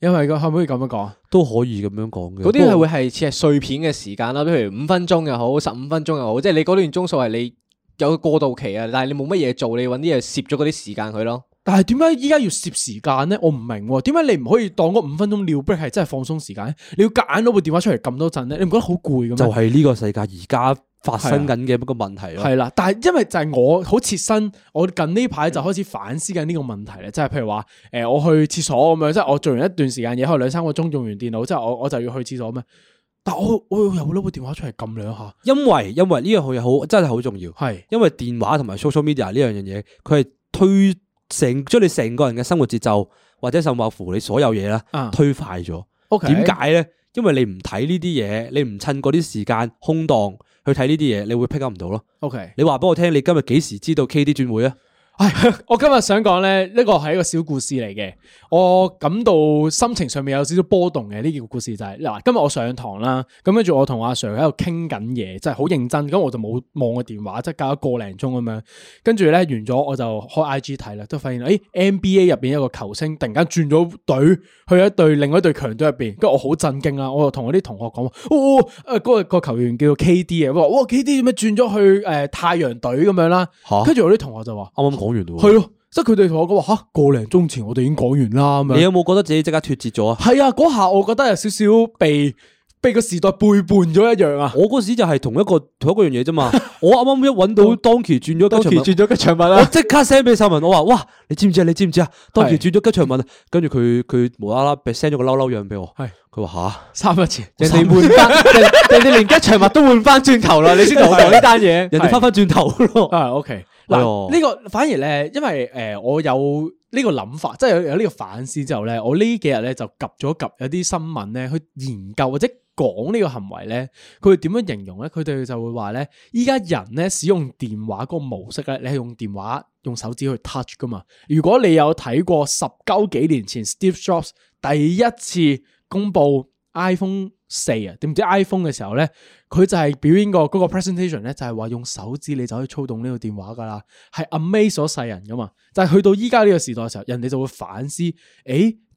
S3: 因為個可唔可以咁樣講？啊
S1: 都可以咁樣講嘅。
S2: 嗰啲係
S1: 不過
S2: 會係似係碎片嘅時間啦，譬如五分鐘又好，十五分鐘又好，即係你嗰段鐘數係你有個過渡期啊，但係你冇乜嘢做，你揾啲嘢攝咗嗰啲時間佢咯。
S3: 但係點解依家要攝時間咧？我唔明喎，點解你唔可以當嗰五分鐘尿 break 係真係放鬆時間？你要夾硬攞部電話出嚟撳多陣咧？你唔覺得好攰嘅咩？
S1: 就係呢個世界而家啊發生緊嘅一個問題咯。
S3: 系啦，但係因為就係我好切身，我近呢排就開始反思緊呢個問題咧，即係譬如話，诶、我去廁所咁樣，即係我做完一段時間嘢，可能兩三個鐘用完電腦，之後我我就要去廁所咩？但我我又攞部電話出嚟撳兩下，
S1: 因為因為呢樣嘢好真係好重要，
S3: 係
S1: 因為電話同埋 social media 呢樣嘢，佢係推成將你成個人嘅生活節奏，或者甚或乎你所有嘢啦，
S3: 啊
S1: 推快咗。
S3: ，OK，
S1: 點解咧？因為你唔睇呢啲嘢，你唔趁嗰啲時間空檔去睇呢啲嘢，你會 pick up 唔到咯。
S3: ？OK，
S1: 你話俾我聽，你今日幾時知道 K D 轉會啊？
S3: 唉，我今日想講咧，呢個係一個小故事嚟嘅，我感到心情上面有少少波動嘅呢個故事就係嗱，今日我上堂啦，咁跟住我同阿 Sir 喺度傾緊嘢，真係好認真，咁我就冇望個電話，即係隔咗個零鐘咁樣，跟住咧完咗我就開 IG 睇啦，都發現哎誒 NBA 入邊一個球星突然間轉咗隊去一隊另外一隊強隊入邊，跟住我好震驚啦！我就同我啲同學講話，哦，誒、嗰、個、個球員叫 KD 啊，我話哇 KD 點解轉咗去誒、呃太陽隊咁樣啦？
S1: 吓
S3: 跟住我啲同學就話
S1: 啱啱講完咯
S3: 係
S1: 喎。
S3: 咯，即係佢哋同我講話吓個零鐘前我哋已經講完啦咁
S1: 你
S3: 樣。
S1: 有冇覺得自己即刻脱節咗啊？
S3: 係啊，嗰下我覺得有少少被被個時代背叛咗一樣啊！
S1: 我嗰時就係同一個同一個樣嘢啫嘛。我啱啱一
S3: [laughs]
S1: 揾到 Donkey 轉咗吉祥物，
S2: 轉咗吉祥物
S1: 我
S2: 啦，
S1: 即刻 send 俾秀文，我話：哇，你知唔知啊？你知唔知啊？Donkey
S3: 係
S1: 轉咗吉祥物啊！跟住佢佢無啦啦俾 send 咗個嬲嬲樣俾我，
S3: 係
S1: 佢話
S3: [laughs]
S1: 吓。
S3: 三日前，
S2: 人哋換
S3: [laughs]
S2: 翻，人人哋連吉祥物都換翻轉頭啦，你先同我講呢單嘢。
S1: 人哋翻翻轉頭
S3: [laughs]
S1: 咯，
S3: 啊，OK，
S1: 係
S3: 嗱
S1: 喎
S3: 呢個反而咧，因為诶、呃我有呢個諗法，即係有有呢個反思之後咧，我呢幾日咧就及咗及有啲新聞咧去研究或者講呢個行為咧，佢哋點樣形容咧？佢哋就會話咧，依家人咧使用電話嗰個模式咧，你係用電話用手指去 touch 噶嘛？如果你有睇過十鳩幾年前 Steve Jobs 第一次公布 iPhone 四啊，點知 iPhone 嘅時候咧，佢就係表演個嗰個 presentation 咧，就係話用手指你就可以操動呢個電話噶啦，係 amaze 咗世人噶嘛。但係去到依家呢個時代嘅時候，人哋就會反思，誒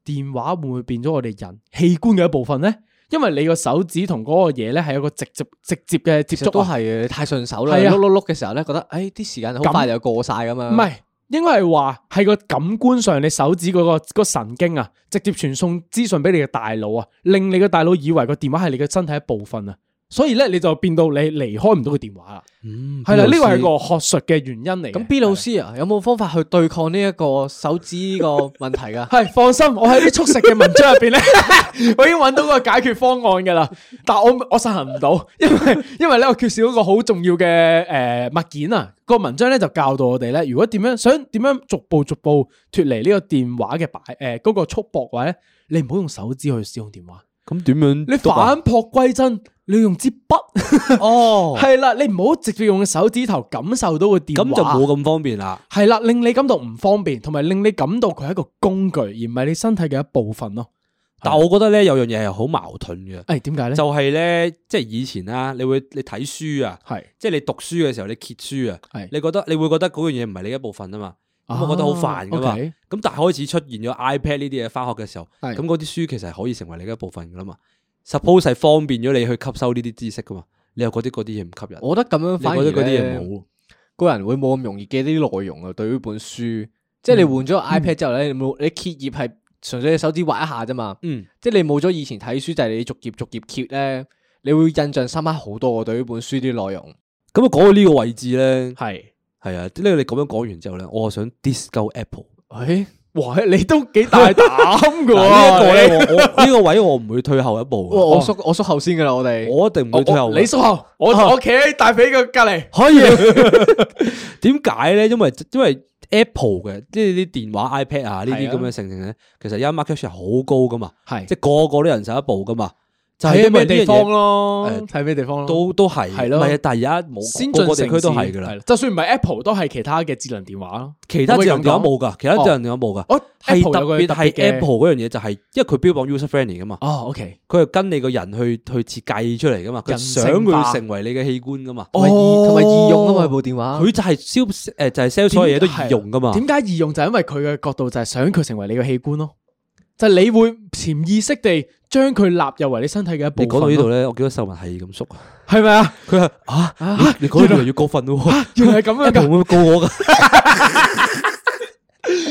S3: 電話會唔會變咗我哋人器官嘅一部分咧？因為你個手指同嗰個嘢咧係有個直接直接嘅接
S2: 其實
S3: 觸
S2: 都
S3: 啊。
S2: 係嘅，太順手啦，
S3: 係啊
S2: 碌碌碌嘅時候咧，覺得誒啲時間好快就過晒咁啊樣。
S3: 唔係，應該係話係個感官上，你手指嗰、個嗰神經啊，直接傳送資訊俾你嘅大腦啊，令你嘅大腦以為個電話係你嘅身體一部分啊，所以咧你就變到你離開唔到個電話啦。
S1: 嗯
S3: 係啦，呢個係個學術嘅原因嚟嘅。
S2: 咁 B 老師啊，有冇方法去對抗呢一個手指呢個問題㗎？
S3: 係放心，我喺啲速食嘅文章 [laughs] 入邊咧，我已經揾到個解決方案㗎啦。但我我實行唔到，因為因為咧我缺少一個好重要嘅誒、呃物件啊。個文章咧就教導我哋咧，如果點樣想點樣逐步逐步脱離呢個電話嘅擺誒嗰個束縛位咧，你唔好用手指去使用電話，
S1: 咁點樣
S3: 你
S1: 讀啊？
S3: 反璞歸真，你要用支筆。 [laughs]
S1: 哦，
S3: 係啦，你唔好直接用手指頭感受到個電話，
S1: 咁就冇咁方便啦。
S3: 系啦，令你感到唔方便，同埋令你感到佢係一個工具，而唔係你身體嘅一部分咯。
S1: 但我覺得咧有樣嘢係好矛盾嘅，
S3: 诶、點解咧？
S1: 就係咧即係以前啦，你會你睇書啊，
S3: 係
S1: 即係你讀書嘅時候你揭書啊，
S3: 係
S1: 你覺得你會覺得嗰樣嘢唔係你一部分啊嘛，咁我覺得好煩㗎
S3: 啊
S1: 嘛。
S3: ，OK
S1: 咁但係開始出現咗 iPad 呢啲嘢，翻學嘅時候，
S3: 係
S1: 咁嗰啲書其實係可以成為你嘅一部分噶啦嘛。Suppose 係方便咗你去吸收呢啲知識噶嘛，你又覺得嗰啲嘢唔吸引，
S2: [laughs] 我覺得咁樣反而
S1: 你覺得嗰啲
S2: 呢
S1: 嘢冇。
S2: 個人會冇咁容易記啲內容啊。對於本書，即係你換咗個 iPad 之後咧，你冇你揭頁係純粹你手指畫一下啫嘛。
S1: 嗯，
S2: 即係你冇咗以前睇書就係你逐頁逐頁揭咧，你會印象深刻好多喎對於本書啲內容。
S1: 咁啊講到呢個位置咧，
S3: 係
S1: 係啊，呢你咁樣講完之後咧，我想 disco Apple。
S2: 誒，
S3: 哇，你都幾大
S2: [laughs]
S3: 膽噶
S1: 嗱呢一個
S3: 喎！
S1: 咧，我我呢個位我唔會退後一
S3: [laughs]
S1: 步
S3: 哦
S2: 我
S1: 嘅，
S2: 我縮我縮後先㗎啦，我哋。
S1: 我一定唔會退後啊嘅。
S3: 你叔後，我我企喺大髀嘅隔離。
S1: 可以？ [laughs] 點解咧？因為因為 Apple 嘅即係啲電話 iPad 啊呢啲
S3: 係啊
S1: 咁嘅成成咧，其實而家 market share 好高噶嘛，
S3: 係
S1: 即係個個都人手一部噶嘛，就係
S3: 睇
S1: 因為
S3: 咩
S1: 呢
S3: 啊地
S1: 樣
S3: 方
S1: 嘢
S3: 咯？
S1: 誒
S3: 睇咩地方咯？
S1: 都都係
S3: 係咯
S1: 唔係啊但係而家冇
S3: 先
S1: 個
S3: 進
S1: 個地區都係
S3: 係
S1: 噶啦，，
S3: 就算唔係 Apple，都係其他嘅智能電話咯。
S1: 其他智能電話
S3: 可唔
S1: 冇噶，其他智能電話冇噶，
S3: 哦
S1: 係
S3: ，Apple
S1: 特
S3: 有個
S1: 別
S3: 特
S1: 係
S3: 別嘅
S1: Apple 嗰樣嘢就係，因為佢標榜 user friendly 噶嘛，
S3: 哦，OK，
S1: 佢係跟你個人去去設計出嚟噶嘛，佢
S3: 人性
S1: 想
S3: 化
S1: 佢成為你嘅器官噶嘛，哦
S2: 同埋易同埋易用啊嘛，佢部電話。
S1: 佢就係 sell 誒就係啊 sell 所有嘢都易用噶嘛。
S3: 點解易用就係因為佢嘅角度就係想佢成為你嘅器官咯，就係你會潛意識地將佢納入為你身體嘅一部
S1: 你
S3: 分。
S1: 講到呢度，咧，我見到秀文係咁縮， [laughs]
S3: 係咪啊？
S1: 佢係啊，咦你講到越嚟越過分咯喎，
S3: 原來係咁樣
S1: 會 [laughs]
S3: 㗎。
S1: 唔會告我㗎？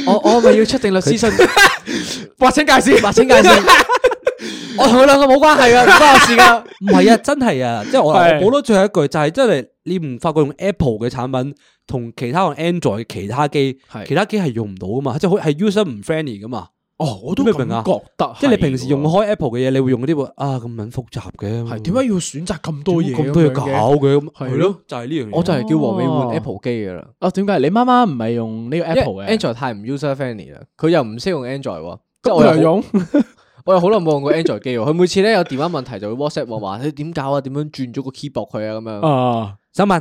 S2: 我我咪要出定律師信， [laughs]
S3: 劃清界線，劃清界線。
S2: 我同佢兩個冇關 [laughs] 係噶，唔關我事噶。
S1: 唔係啊，真係啊，即係我我
S3: 係
S1: 補多最後一句就係，真係你唔發覺用 Apple 嘅產品同其他用 Android 其他機
S3: 係，
S1: 其他機係用唔到噶嘛，即係好係 user 唔 friendly 噶嘛。
S3: 哦，我都
S1: 咩
S3: 咁
S1: 明啊
S3: 覺得，
S1: 即係你平時用開 Apple 嘅嘢，你會用嗰啲喎啊咁撚複雜嘅，
S3: 係點解要選擇咁多嘢
S1: 咁多嘢
S3: 樣
S1: 搞
S3: 嘅
S1: 嘅咁？
S3: 係
S1: 係咯，就係呢樣嘢。
S2: 我就係叫黃美換
S3: 哦
S2: Apple 機噶啦
S3: 哦，點解你媽媽唔係用呢個 Apple
S2: 因為
S3: 嘅？
S2: ，Android 太唔 user friendly 啦，佢又唔識用 Android 喎。即係我
S3: 我又
S2: 又好
S3: 用，
S2: 我又好耐冇用過 Android 機喎。佢每次咧有電話問題就會 WhatsApp 我話：你點搞啊？點樣轉咗個 keyboard 佢啊？咁樣。
S3: 啊，
S1: 想問，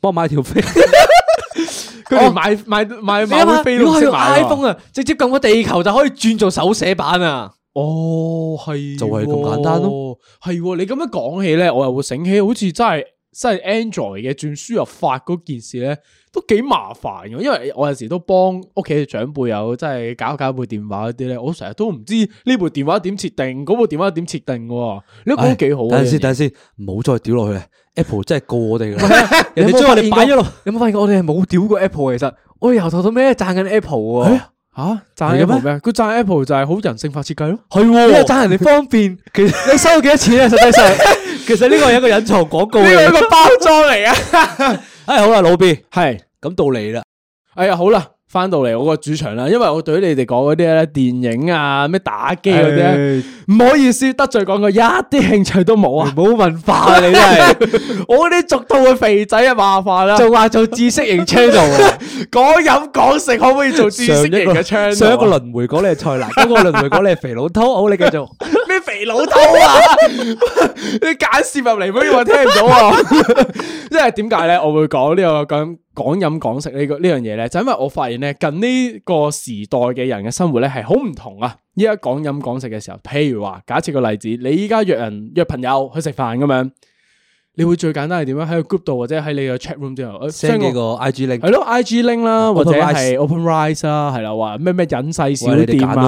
S1: 幫我買條飛。
S3: 佢哋買買買
S2: 哦你諗
S3: 買
S2: 下，
S3: 飛
S2: 如
S3: 都
S2: 果
S3: 唔
S2: 係
S3: 識
S2: 用
S3: 買喎
S2: iPhone 啊，直接撳個地球就可以轉做手寫版啊！
S3: 哦，係
S1: 就係咁簡單咯
S3: 喎。係喎，你咁樣講起咧，我又會醒起，好似真係真係 Android 嘅轉輸入法嗰件事咧，都幾麻煩嘅。因為我有時都幫屋企嘅長輩有真係搞搞部電話嗰啲咧，我成日都唔知呢部電話點設定，嗰部電話點設定嘅喎。你都講
S1: 唉
S3: 得幾好啊！
S1: 等陣
S3: 呢樣
S1: 先，
S3: 嘢
S1: 等陣先，唔好再屌落去啦。Apple 真係告我
S3: [laughs]
S1: 哋噶啦，人
S2: 你有
S1: 哋將我哋
S2: 冇發現過
S1: 擺咗落。
S2: 你有冇發現過我哋係冇屌過 Apple？其實我哋由頭到尾都讚緊 Apple 喎，
S3: 吓讚
S1: 係嘅咩
S3: Apple 咩？佢讚 Apple 就係好人性化設計咯。
S1: 係
S2: 你又
S1: 喎，
S2: 讚人哋方便， [laughs] 其實你收咗幾多錢啊？實際 [laughs] 上
S1: 其實呢個係一個隱藏廣告
S3: 係
S1: 嚟。
S3: 個包裝嚟啊！
S1: 唉，好啦，老 B，
S3: 係，
S1: 咁到你啦。
S3: [laughs] 哎呀，好啦，翻到嚟我個主場啦，因為我對於你哋講嗰啲咧，電影啊，咩打機嗰啲咧，唔好意思，得罪講過一啲興趣都
S1: [laughs]
S3: 冇啊！
S2: 冇文化啊！你真
S3: [laughs]
S2: 係
S3: 我嗰啲俗套嘅肥仔啊，麻煩啦，
S2: 仲話做知識型 channel 啊！
S3: 講飲講食可唔可以做知識型嘅 channel？啊
S1: 上一個輪迴講你係蔡瀾，嗰個輪迴講你係肥佬偷。好，你繼
S3: [laughs]
S1: 續。
S3: 咩肥佬偷啊？ [laughs] 你揀涉入嚟，咩我聽唔到啊！ [laughs] 因為點解咧？我會講呢、個講講飲講食呢、個呢樣嘢咧，就因為我發現咧，近呢個時代嘅人嘅生活咧係好唔同啊！依家講飲講食嘅時候，譬如話假設個例子，你依家約人約朋友去食飯咁樣，你會最簡單係點啊樣喺個 group 度或者喺你個 chat room 之後誒
S1: send 幾
S3: 個
S1: 個 IG link。
S3: 係咯，IG link 啦，或者
S1: OpenRice
S3: 係 OpenRice 啦，係啦，話咩咩隱世小
S1: 喂你哋
S3: 店
S1: 揀
S3: 啊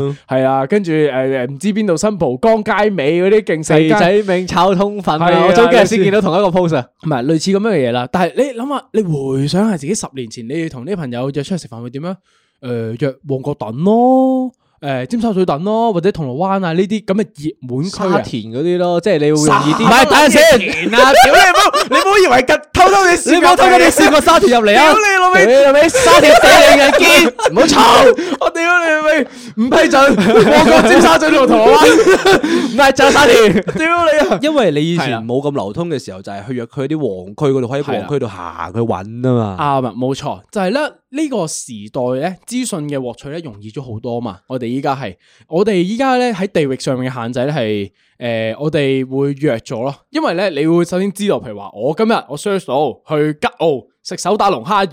S1: 啦，
S3: 係啊，跟住诶唔知邊度新蒲江街尾嗰啲勁細
S2: 肥
S3: 街，
S2: 仔明炒通粉
S3: 係啊
S2: 啊！我早幾日先見到同一個 post 啊！
S3: 唔係類似咁樣嘅嘢啦。但係你諗下，你回想下自己十年前，你同啲朋友約出去食飯會點樣？诶、約旺角等咯，诶、尖沙咀等咯，或者銅鑼灣啊呢啲咁嘅熱門區
S2: 沙
S3: 啊。
S2: 田嗰啲咯，即係你會容易啲。
S3: 唔係等陣先啊！屌你冇，你冇以為近偷偷哋
S2: 你冇偷偷哋試過沙田入嚟啊！
S3: 屌你老
S2: [laughs]
S3: 味
S2: 屌你老味，沙田死你嘅堅，唔好嘈！
S3: 我屌你咪唔批准，旺角尖沙咀同銅鑼灣，
S2: 唔係就沙田。
S3: 屌你啊！
S1: 因為你以
S3: 係啦
S1: 前冇咁流通嘅時候，就係去約佢啲旺區嗰度，喺
S3: 係啦
S1: 旺區度行去揾啊嘛。
S3: 啱啊，冇錯，就係咧呢個時代咧，資訊嘅獲取咧容易咗好多嘛。我哋依家係，我哋依家咧喺地域上面嘅限制咧係，誒、我哋會弱咗咯。因為咧，你會首先知道，譬如話，我今日我 search 到去吉澳食手打龍蝦丸，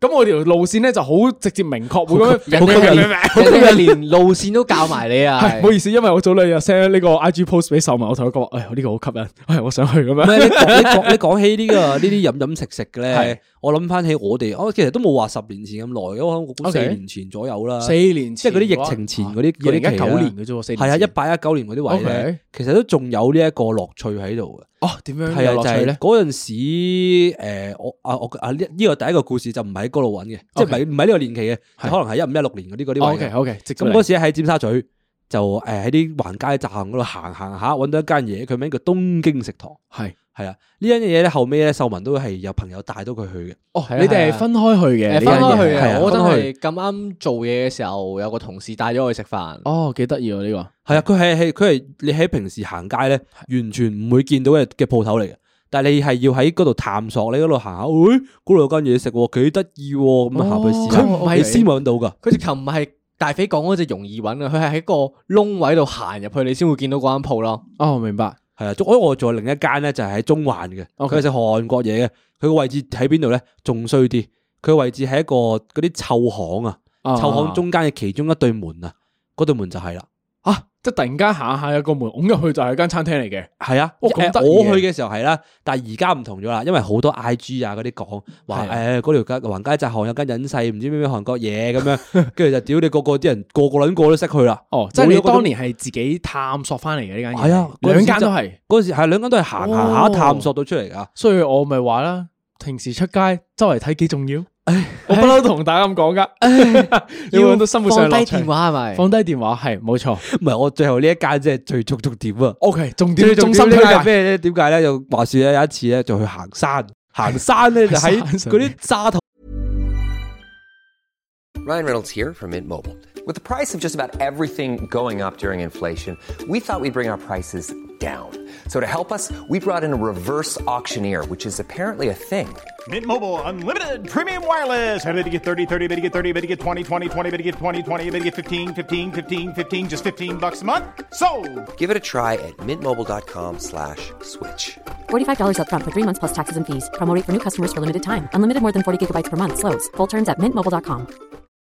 S3: 咁我條路線咧就好直接明確，會咁樣
S2: 人哋係連人哋係連路線都教埋你啊！
S3: 係唔好意思，因為我早兩日 send 呢個 I G post 俾秀文，我同佢講話，哎，呢個好吸引，哎，我想去
S1: [laughs]
S3: 咁
S1: 唔係
S3: 樣。
S1: 你講你講你講起呢個呢啲飲飲食食嘅
S3: 係
S1: 咧，我諗翻起我哋，我哦其實都冇話十年前咁耐，我諗我估四
S3: OK
S1: 年前左右啦。
S3: [laughs] 四年
S1: 即係
S3: 前
S1: 嗰啲疫情前嗰啲嗰
S3: 二零
S1: 啲
S3: 一
S1: 期
S3: 九
S1: 啦
S3: 年嘅啫喎，四年
S1: 係啊，
S3: 前
S1: 一八一九年嗰啲位咧其
S3: OK，
S1: 實都仲有呢一個樂趣喺度嘅。
S3: 哦，點樣
S1: 係
S3: 有
S1: 啊，就
S3: 樂趣
S1: 係
S3: 咧？
S1: 嗰陣時，誒我啊我啊呢呢個第一個故事就唔喺嗰度揾嘅，即係唔係唔係呢個年期嘅，可能係一五一六年嗰啲嗰啲位
S3: OK
S1: 嘅。
S3: OK，直
S1: 咁嗰時喺尖沙咀就誒呃喺啲橫街站嗰度行行下，揾到一間嘢，佢名叫東京食堂。
S3: 係
S1: 係啊，呢樣嘢咧後尾咧，秀文都係有朋友帶到佢去嘅。
S3: 哦，
S2: 係啊
S3: 你哋
S2: 係
S3: 係
S2: 啊
S3: 分開去嘅，呢
S2: 誒分開
S3: 樣
S2: 去
S3: 嘢
S1: 係
S2: 嘅，
S1: 啊
S2: 我真
S1: 分開
S2: 係咁啱做嘢嘅時候，有個同事帶咗我去食飯。
S3: 哦，幾得意喎呢個。
S1: 係啊，佢係係佢係你喺平時行街咧，完全唔會見到嘅嘅鋪頭嚟嘅。但係你係要喺嗰度探索，你嗰度行下，喂、嗰度有間嘢食喎，幾得意喎，咁啊行去試下，
S3: 哦佢唔係
S1: 你先揾到噶。
S2: 佢直頭唔係大肥講嗰只容易揾啊，佢係喺個窿位度行入去，你先會見到嗰間鋪咯。
S3: 哦，明白。
S1: 係啊，我我仲有另一間咧，就係喺中環嘅，
S3: OK
S1: 佢係食韓國嘢嘅，佢個位置喺邊度咧？仲衰啲，佢個位置係一個嗰啲臭巷啊，
S3: 啊
S1: 臭巷中間嘅其中一對門啊，嗰對門就係啦。
S3: 啊，即係突然間行下有個門，拱入去就係間餐廳嚟嘅。
S1: 係啊，
S3: 哇咁
S1: 誒
S3: 得意嘅
S1: 我去嘅時候係啦，但係而家唔同咗啦，因為好多 I G 啊嗰啲講話
S3: 係
S1: 誒嗰條街橫街窄巷有間隱世唔知咩咩韓國嘢咁樣， [laughs] 跟住就屌你個個啲人個個撚個都識去啦。
S3: 哦，即係
S1: 冇
S3: 你
S1: 咗嗰種
S3: 當年係自己探索翻嚟嘅呢間嘢。
S1: 係啊嗰陣
S3: 兩
S1: 時
S3: 間
S1: 就
S3: 都係。
S1: 嗰陣時係兩間都係行行下
S3: 哦
S1: 探索到出嚟噶，
S3: 所以我咪話啦，平時出街周圍睇幾重要。我不嬲同大家咁講噶，你會揾到生活上
S2: 放
S3: 嘅樂
S2: 低
S3: 趣
S2: 電話係咪？
S3: 放低電話係冇錯。
S1: 唔係我最後呢一間即係最觸觸點啊！
S3: OK，重
S1: 最
S3: 點
S1: 重
S3: 中
S1: 心
S3: 心
S1: 呢
S3: 推
S1: 個係
S3: 介。
S1: 咩咧？點解咧？就話說咧，有一次咧就去行山， [laughs] 行山咧就喺
S3: 行山
S1: 嗰啲沙頭
S4: Ryan Reynolds here from Mint Mobile. With the price of just about everything going up during inflation, we thought we'd bring our prices down. So to help us, we brought in a reverse auctioneer, which is apparently a thing.
S5: Mint Mobile unlimited premium wireless. Ready to get 30, 30, bit to get 30, bit to get 20, 20, 20, bit to get 20, 20, bit to get 15, 15, 15, 15 just 15 bucks a month. So,
S4: Give it a try at mintmobile.com slash switch.
S6: $45 upfront for three months plus taxes and fees. Promo rate for new customers for limited time. Unlimited more than 40 gigabytes per month. Slows. Full terms at mintmobile.com.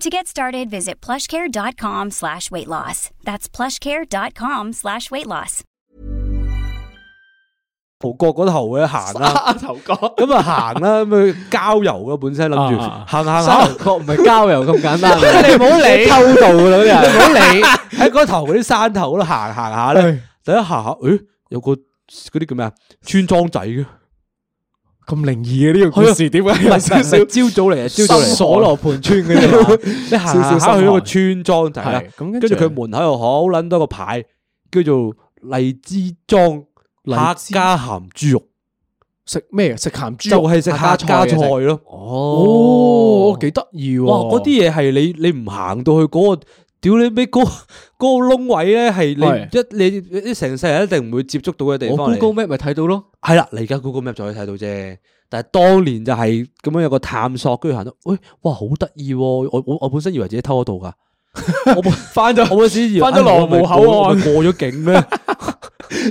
S7: To get started, visit plushcare.com slash weight loss. That's plushcare.com slash weight loss.
S1: 角嗰頭咧行啦，
S3: 啊頭哥，
S1: 咁啊行啦，咁佢郊遊嘅本身諗住
S3: 啊啊
S1: 行行
S2: 沙
S1: 下
S2: 頭。角唔係郊遊咁簡單
S3: [laughs]
S2: 啊
S1: 你唔好理偷渡啦，嗰啲人
S2: 唔好理
S1: 喺嗰頭嗰啲山頭度行行下咧，第一行下，誒有個嗰啲叫咩啊村莊仔嘅，
S3: 咁靈異嘅呢個故事 [laughs] 點解有
S1: 唔係
S3: 少少
S1: 唔係朝早嚟，朝早嚟，[laughs]
S3: 所羅
S2: 盤村嗰
S1: 你
S2: 啲
S1: 行
S2: 嘛
S1: 你行行下去一個村莊仔啦
S3: 係，咁
S1: 跟
S3: 跟
S1: 住
S3: 住
S1: 佢門口又好撚多個牌，叫做荔枝莊客家鹹豬肉，
S3: 食咩？食鹹豬啊
S1: 就
S3: 肉
S1: 係食客家菜咯。
S3: 哦，幾得意喎！
S1: 哇！嗰啲嘢係你你唔行到去嗰、個屌你咩嗰嗰個窿位咧，係你一你你成世人一定唔會接觸到嘅地
S2: 我
S1: 方嚟。
S2: Google Map 咪睇到咯，
S1: 係啦，你而家 Google Map 就可以睇到啫。但係當年就係咁樣有個探索，跟住行到，喂，哇，好得意喎！我我我本身以為自己偷得到
S3: [laughs]
S1: 㗎，我翻咗我本身以為
S3: 返咗
S1: 哎我咪
S3: 羅湖口
S1: 過我
S3: 岸
S1: 咪過咗境咩？
S3: [laughs]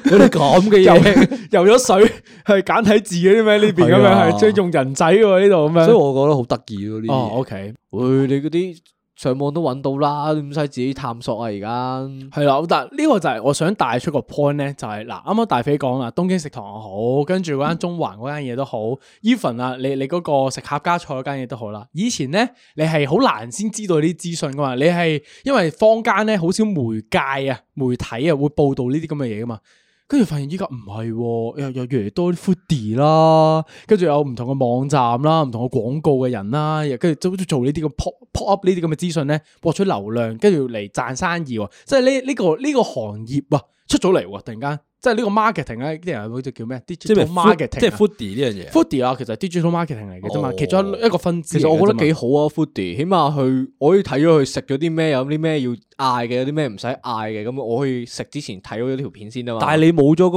S1: 有啲咁嘅嘢。
S3: 游游咗水係簡體字嗰啲咩？呢邊咁
S1: 係啊
S3: 樣係即係用人仔喎呢度咁樣。
S1: 所以我覺得好得意咯呢啲
S3: 哦
S1: 嘢。
S3: ，OK，
S2: 喂，你嗰啲上網都揾到啦，你唔使自己探索啊而家。
S3: 係啦，但呢個就係我想帶出個 point 咧，就係嗱，啱啱大飛講啦，東京食堂又好，跟住嗰間中環嗰間嘢都好，even 啊，你你嗰個食客家菜嗰間嘢都好啦。以前咧，你係好難先知道呢啲資訊噶嘛，你係因為坊間咧好少媒介啊、媒體啊會報導呢啲咁嘅嘢噶嘛。跟住發現依家唔係喎，又又越嚟越多啲 foodie 啦，跟住有唔同嘅網站啦，唔同嘅廣告嘅人啦，又跟住都做呢啲咁 pop pop up 呢啲咁嘅資訊咧，獲取流量，跟住嚟賺生意喎，即係呢呢個呢、個行業啊出咗嚟喎，突然間，即係呢個 marketing 咧，啲人好似叫咩
S1: 即係咩
S3: ？digital
S1: food-
S3: marketing，
S1: 即係
S3: 係
S1: foodie 呢樣嘢。
S3: foodie 啊，其實 digital marketing 嚟嘅啫嘛，
S1: 哦
S3: 其中一個分支
S2: 其
S3: 嚟嘅啫嘛。
S2: 實我覺得幾好啊，Foodie，起碼佢我可以睇咗佢食咗啲咩，有啲咩要嗌嘅，有啲咩唔使嗌嘅，咁我可以食之前睇咗條片先啊嘛。
S1: 但係你冇咗嗰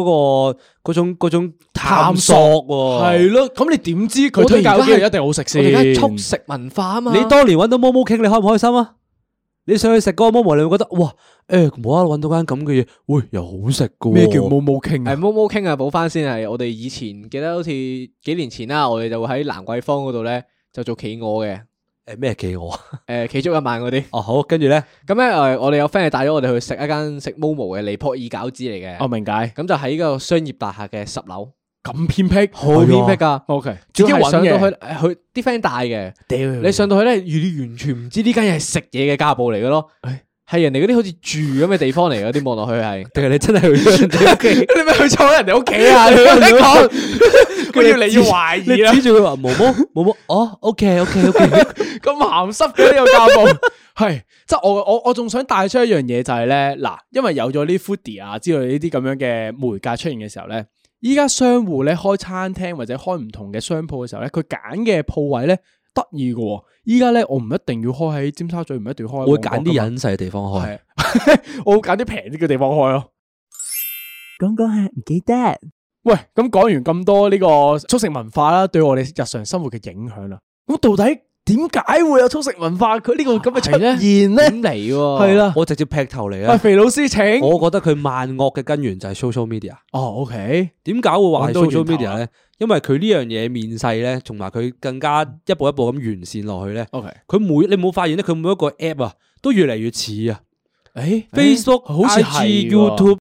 S1: 個嗰種嗰種探
S3: 探
S1: 索
S3: 索
S1: 喎。
S3: 係咯，咁你點知佢
S2: 我哋
S3: 推介嗰
S2: 而家
S3: 啲
S2: 係
S3: 嘢一定好食
S2: 我
S3: 先？
S2: 哋而家速食文化啊嘛，
S1: 你當年揾到 Momo King，你開唔開心啊？你上去食嗰個 Momo，你會覺得哇，誒無啦啦揾到間咁嘅嘢，喂又好食噶。
S3: 咩叫冇冇傾啊 [laughs]
S2: 誒？毛毛傾啊，補翻先係我哋以前記得好似幾年前啦，我哋就會喺蘭桂坊嗰度咧就做企鵝嘅， [laughs]
S1: 誒咩企鵝？啊
S2: 誒企足一晚嗰啲。
S1: 哦好，跟住咧，。
S2: 咁咧誒，我哋有 friend 係帶咗我哋去食一間食 Momo 嘅尼泊爾餃子嚟嘅，
S3: 我哦明解，
S2: 咁就喺個商業大廈嘅十樓，
S3: 咁偏僻，
S2: 好偏僻哦噶。
S3: O K，
S2: 主
S3: 自己
S2: 要係
S3: 揾
S2: 上到
S3: 嘅
S2: 去，。誒佢啲 friend 帶嘅。
S3: 屌
S2: 你上到去咧，完完全唔知呢間嘢係食嘢嘅家暴嚟嘅咯，係人哋嗰啲好似住咁嘅地方嚟嘅，啲望落去係 [laughs]
S1: 定係你真係去咗人哋屋企？
S2: 你咪去坐人哋屋企 [laughs] 啊！你講，
S3: 我要 [laughs] 你要懷疑啦
S1: 你，指住佢話毛毛毛毛，哦 OK OK
S3: [laughs]
S1: OK，
S3: 咁鹹濕嘅呢個家暴， [laughs] 係即係我我我仲想帶出一樣嘢就係咧，嗱，因為有咗呢 foodie 啊之類呢啲咁樣嘅媒介出現嘅時候咧，依家商戶咧開餐廳或者開唔同嘅商鋪嘅時候咧，佢揀嘅鋪位咧得意嘅喎，依家咧我唔一定要開喺尖沙咀，唔一定要開喺
S1: 我會
S3: 旺角㗎嘛，
S1: 揀啲隱世嘅地方開。
S3: [laughs] 係，我會揀啲平啲嘅地方開咯。
S8: 講講下唔記得。
S3: 喂，咁講完咁多呢個速食文化啦，對我哋日常生活嘅影響啦，咁到底點解會有速食文化佢呢個咁嘅出現咧？
S2: 點嚟喎？
S3: 係啦，
S1: 我直接劈頭嚟
S3: 喂，
S1: 啊！
S3: 肥老師請。
S1: 我覺得佢萬惡嘅根源就係 social media。
S3: 哦，OK，
S1: 點解會話係
S3: 揾到
S1: social
S3: 源頭啊
S1: media 咧？因為佢呢樣嘢面世咧，同埋佢更加
S3: 嗯
S1: 一步一步咁完善落去咧。
S3: OK
S1: 佢每你冇發現咧，佢每一個 app 啊，都越嚟越似啊。
S3: 诶
S1: Facebook、
S3: 好似
S1: IG
S3: 係喎
S1: YouTube，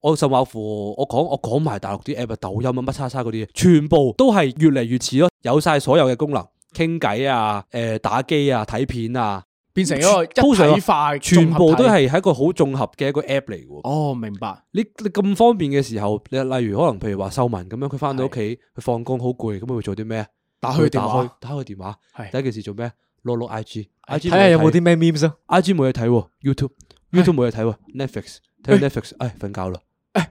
S1: 我甚或乎我講我講埋大陸啲 app 啊、抖音啊、乜叉叉嗰啲嘢，全部都係越嚟越似咯，有晒所有嘅功能，傾偈啊、诶打機啊、睇片啊，
S3: 变成一个
S1: 通常
S3: 一体化，
S1: 全部都。係一個好綜合嘅一個 app 嚟嘅喎。
S3: 哦，明白。
S1: 你你咁方便嘅時候，你例如可能譬如話秀文咁樣，佢翻到屋企，佢放工好攰，咁佢會做啲咩啊？
S3: 打
S1: 佢
S3: 佢
S1: 打
S3: 電
S1: 開
S3: 話，
S1: 打開電話，
S3: 係
S1: 第一件事做咩？碌碌 I G，I G
S2: 睇下有冇啲咩 memes 啊？
S1: I G 冇嘢睇喎，YouTube，YouTube 冇嘢睇喎，Netflix 睇到 Netflix，唉瞓覺啦。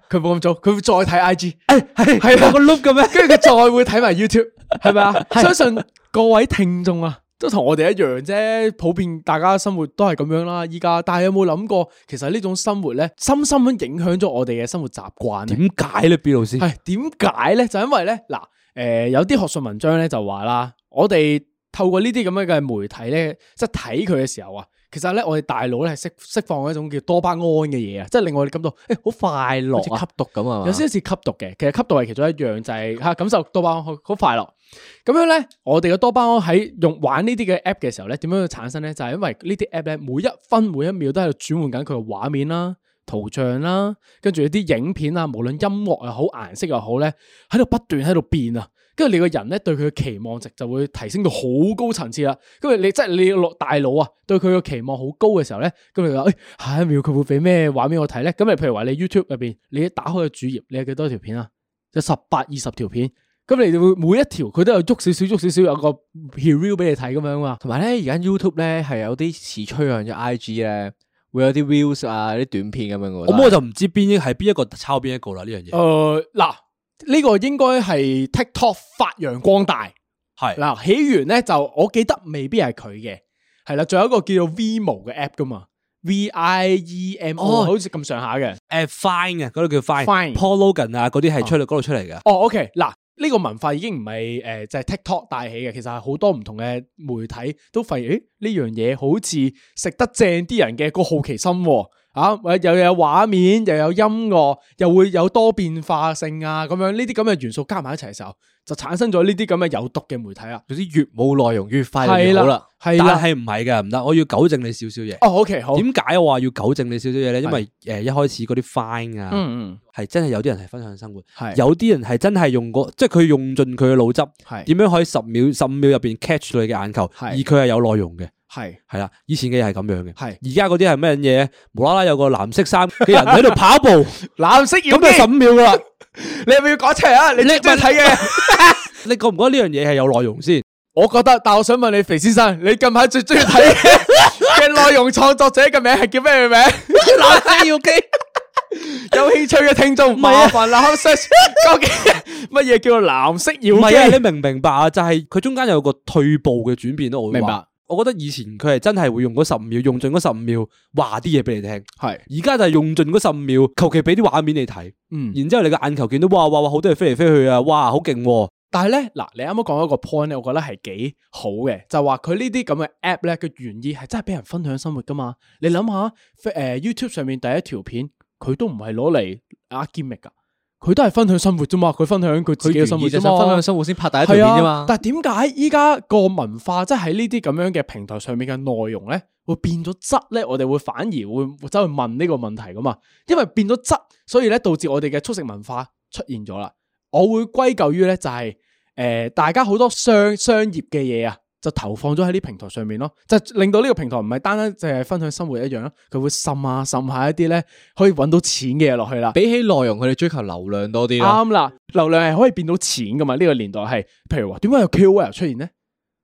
S3: 佢冇咁早，佢會再睇 I G，
S1: 哎係
S3: 係啊
S1: 有個 loop 嘅咩？
S3: 跟住佢再會睇
S1: [laughs]
S3: 埋 YouTube，係咪啊？相信各位聽眾啊，都同我哋一樣啫，普遍大家生活都係咁樣啦。依家，但係有冇諗過，其實呢種生活咧，深深咁影響咗我哋嘅生活習慣咧？
S1: 點解咧？B 老師，
S3: 係點解咧？就因為咧，嗱，诶、有啲學術文章咧就話啦，我哋透過呢啲咁樣嘅媒體咧，即係睇佢嘅時候啊，其實咧我哋大腦咧係釋释放一種叫多巴胺嘅嘢啊，即係令我哋感到诶好、快
S2: 好
S3: 樂
S2: 似
S3: 啊
S2: 吸。毒咁啊嘛，
S3: 有少少似吸毒嘅，其實吸毒係其中一樣，就係 [laughs] 嚇感受多巴胺好好快樂。咁樣咧，我哋嘅多巴胺喺用玩呢啲嘅 app 嘅時候咧，點樣去產生咧？就係、因為呢啲 app 咧，每一分每一秒都喺度轉換緊佢嘅畫面啦、圖像啦，跟住啲影片啊，無論音樂又好、顏色又好咧，喺度不斷喺度變啊。跟住你個人咧對佢嘅期望值就會提升到好高層次啦。跟啊住你即係你落大腦啊，對佢嘅期望好高嘅時候咧，咁你就誒下一秒佢會俾咩畫面我睇咧？咁啊你譬如話你 YouTube 入邊，你打開個主頁，你有幾多條片啊？有十八二十條片。咁你會每一條佢都有喐少少，喐少少有個 review 俾你睇咁樣嘛？
S2: 同埋咧，而家 YouTube 咧係有啲似趨向咗 IG 咧，會有啲 views 啊，啲短片咁樣嘅。
S1: 咁我就唔知邊一係邊一個抄邊一個啦呢樣
S3: 誒
S1: 嘢。
S3: 呃嗱，呢個應該係 TikTok 發揚光大。
S1: 係
S3: 嗱，起源咧就我記得未必係佢嘅，係啦，仲有一個叫做 Vimo 嘅 app 噶嘛，V I E M O，
S1: 哦
S3: 好似咁上下嘅。
S1: 誒 Fine 啊，嗰度叫
S3: Fine
S1: Fine，Paul Logan 啊，嗰啲係出嚟嗰度出嚟嘅。
S3: 哦，OK，嗱，呢個文化已經唔係誒就係 TikTok 帶起嘅，其實係好多唔同嘅媒體都發現，誒呢樣嘢好似食得正啲人嘅個好奇心喎、啊，或者又有畫面，又有音樂，又會有多變化性啊，咁樣呢啲咁嘅元素加埋一齊嘅時候，就產生咗呢啲咁嘅有毒嘅媒體啊。
S2: 總之越冇內容越快就
S3: 係
S2: 越好啦。，
S3: 係
S1: 但
S3: 啦。
S1: 係唔係㗎，唔得，我要糾正你少少嘢。
S3: 哦，OK，好。
S1: 點解我話要糾正你少少嘢咧？因為誒一開始嗰啲 Fine 啊，
S3: 嗯
S1: 係真係有啲人係分享生活，
S3: 係
S1: 有啲人係真係用過，即係佢用盡佢嘅腦汁，
S3: 係
S1: 點樣可以十秒、十五秒入邊 catch 你嘅眼球，
S3: 係
S1: 而佢係有內容嘅。
S3: 係
S1: 係啦，以前嘅嘢係咁樣嘅，
S3: 係
S1: 而家嗰啲係咩嘢？無啦啦有個藍色衫嘅人喺度跑
S3: [laughs]
S1: 步，
S3: 藍色妖
S1: 咁就十五
S3: 姬，
S1: 秒噶啦。
S3: 你係咪要講出嚟啊？你
S1: 你
S3: 你真係睇嘅。
S1: 你覺唔覺得呢樣嘢係有內容先？
S3: 我覺得，但我想問你，肥先生，你近排最中意睇嘅嘅內容創作者嘅名係叫咩名？藍色妖姬。有興趣嘅聽眾，
S1: 係啊
S3: 麻煩立刻 search 究竟乜嘢叫做藍色
S1: 唔係啊，
S3: 妖
S1: 你
S3: 姬？
S1: 明唔明白啊？就係佢中間有個退步嘅轉變咯。我會話
S3: 明白。
S1: 我覺得以前佢係真係會用嗰十五秒，用盡嗰十五秒話啲嘢俾你聽。
S3: 係
S1: 而家就係用盡嗰十五秒，求其俾啲畫面你睇，
S3: 嗯
S1: 然之後你個眼球見到哇哇哇好多嘢飛嚟飛去啊，哇好勁喎！
S3: 但係咧，嗱，你啱啱講一個 point 咧，我覺得係幾好嘅，就話佢呢啲咁嘅 app 咧嘅原意係真係俾人分享生活噶嘛。你諗下，誒、YouTube 上面第一條片，佢都唔係攞嚟呃 g i m 噶，佢都係分享生活啫嘛，佢分享佢自己嘅生活啫
S2: 就
S3: 嘛。
S2: 想分享生活先拍第
S3: 係
S2: 一條片
S3: 啊，
S2: 啫嘛。
S3: 但係點解依家個文化即係喺呢啲咁樣嘅平台上面嘅內容咧，會變咗質咧？我哋會反而會走去問呢個問題噶嘛？因為變咗質，所以咧導致我哋嘅速食文化出現咗啦。我會歸咎於咧就係、呃大家好多商商業嘅嘢啊。就投放咗喺呢平台上面咯，就令到呢個平台唔係單單淨係分享生活一樣咯，佢會滲下滲下一啲咧可以揾到錢嘅嘢落去啦。
S2: 比起內容，佢哋追求流量多啲
S1: 啊
S2: 咯。
S3: 啱啦，流量係可以變到錢噶嘛？呢、個年代係，譬如話點解有 KOL 出現咧？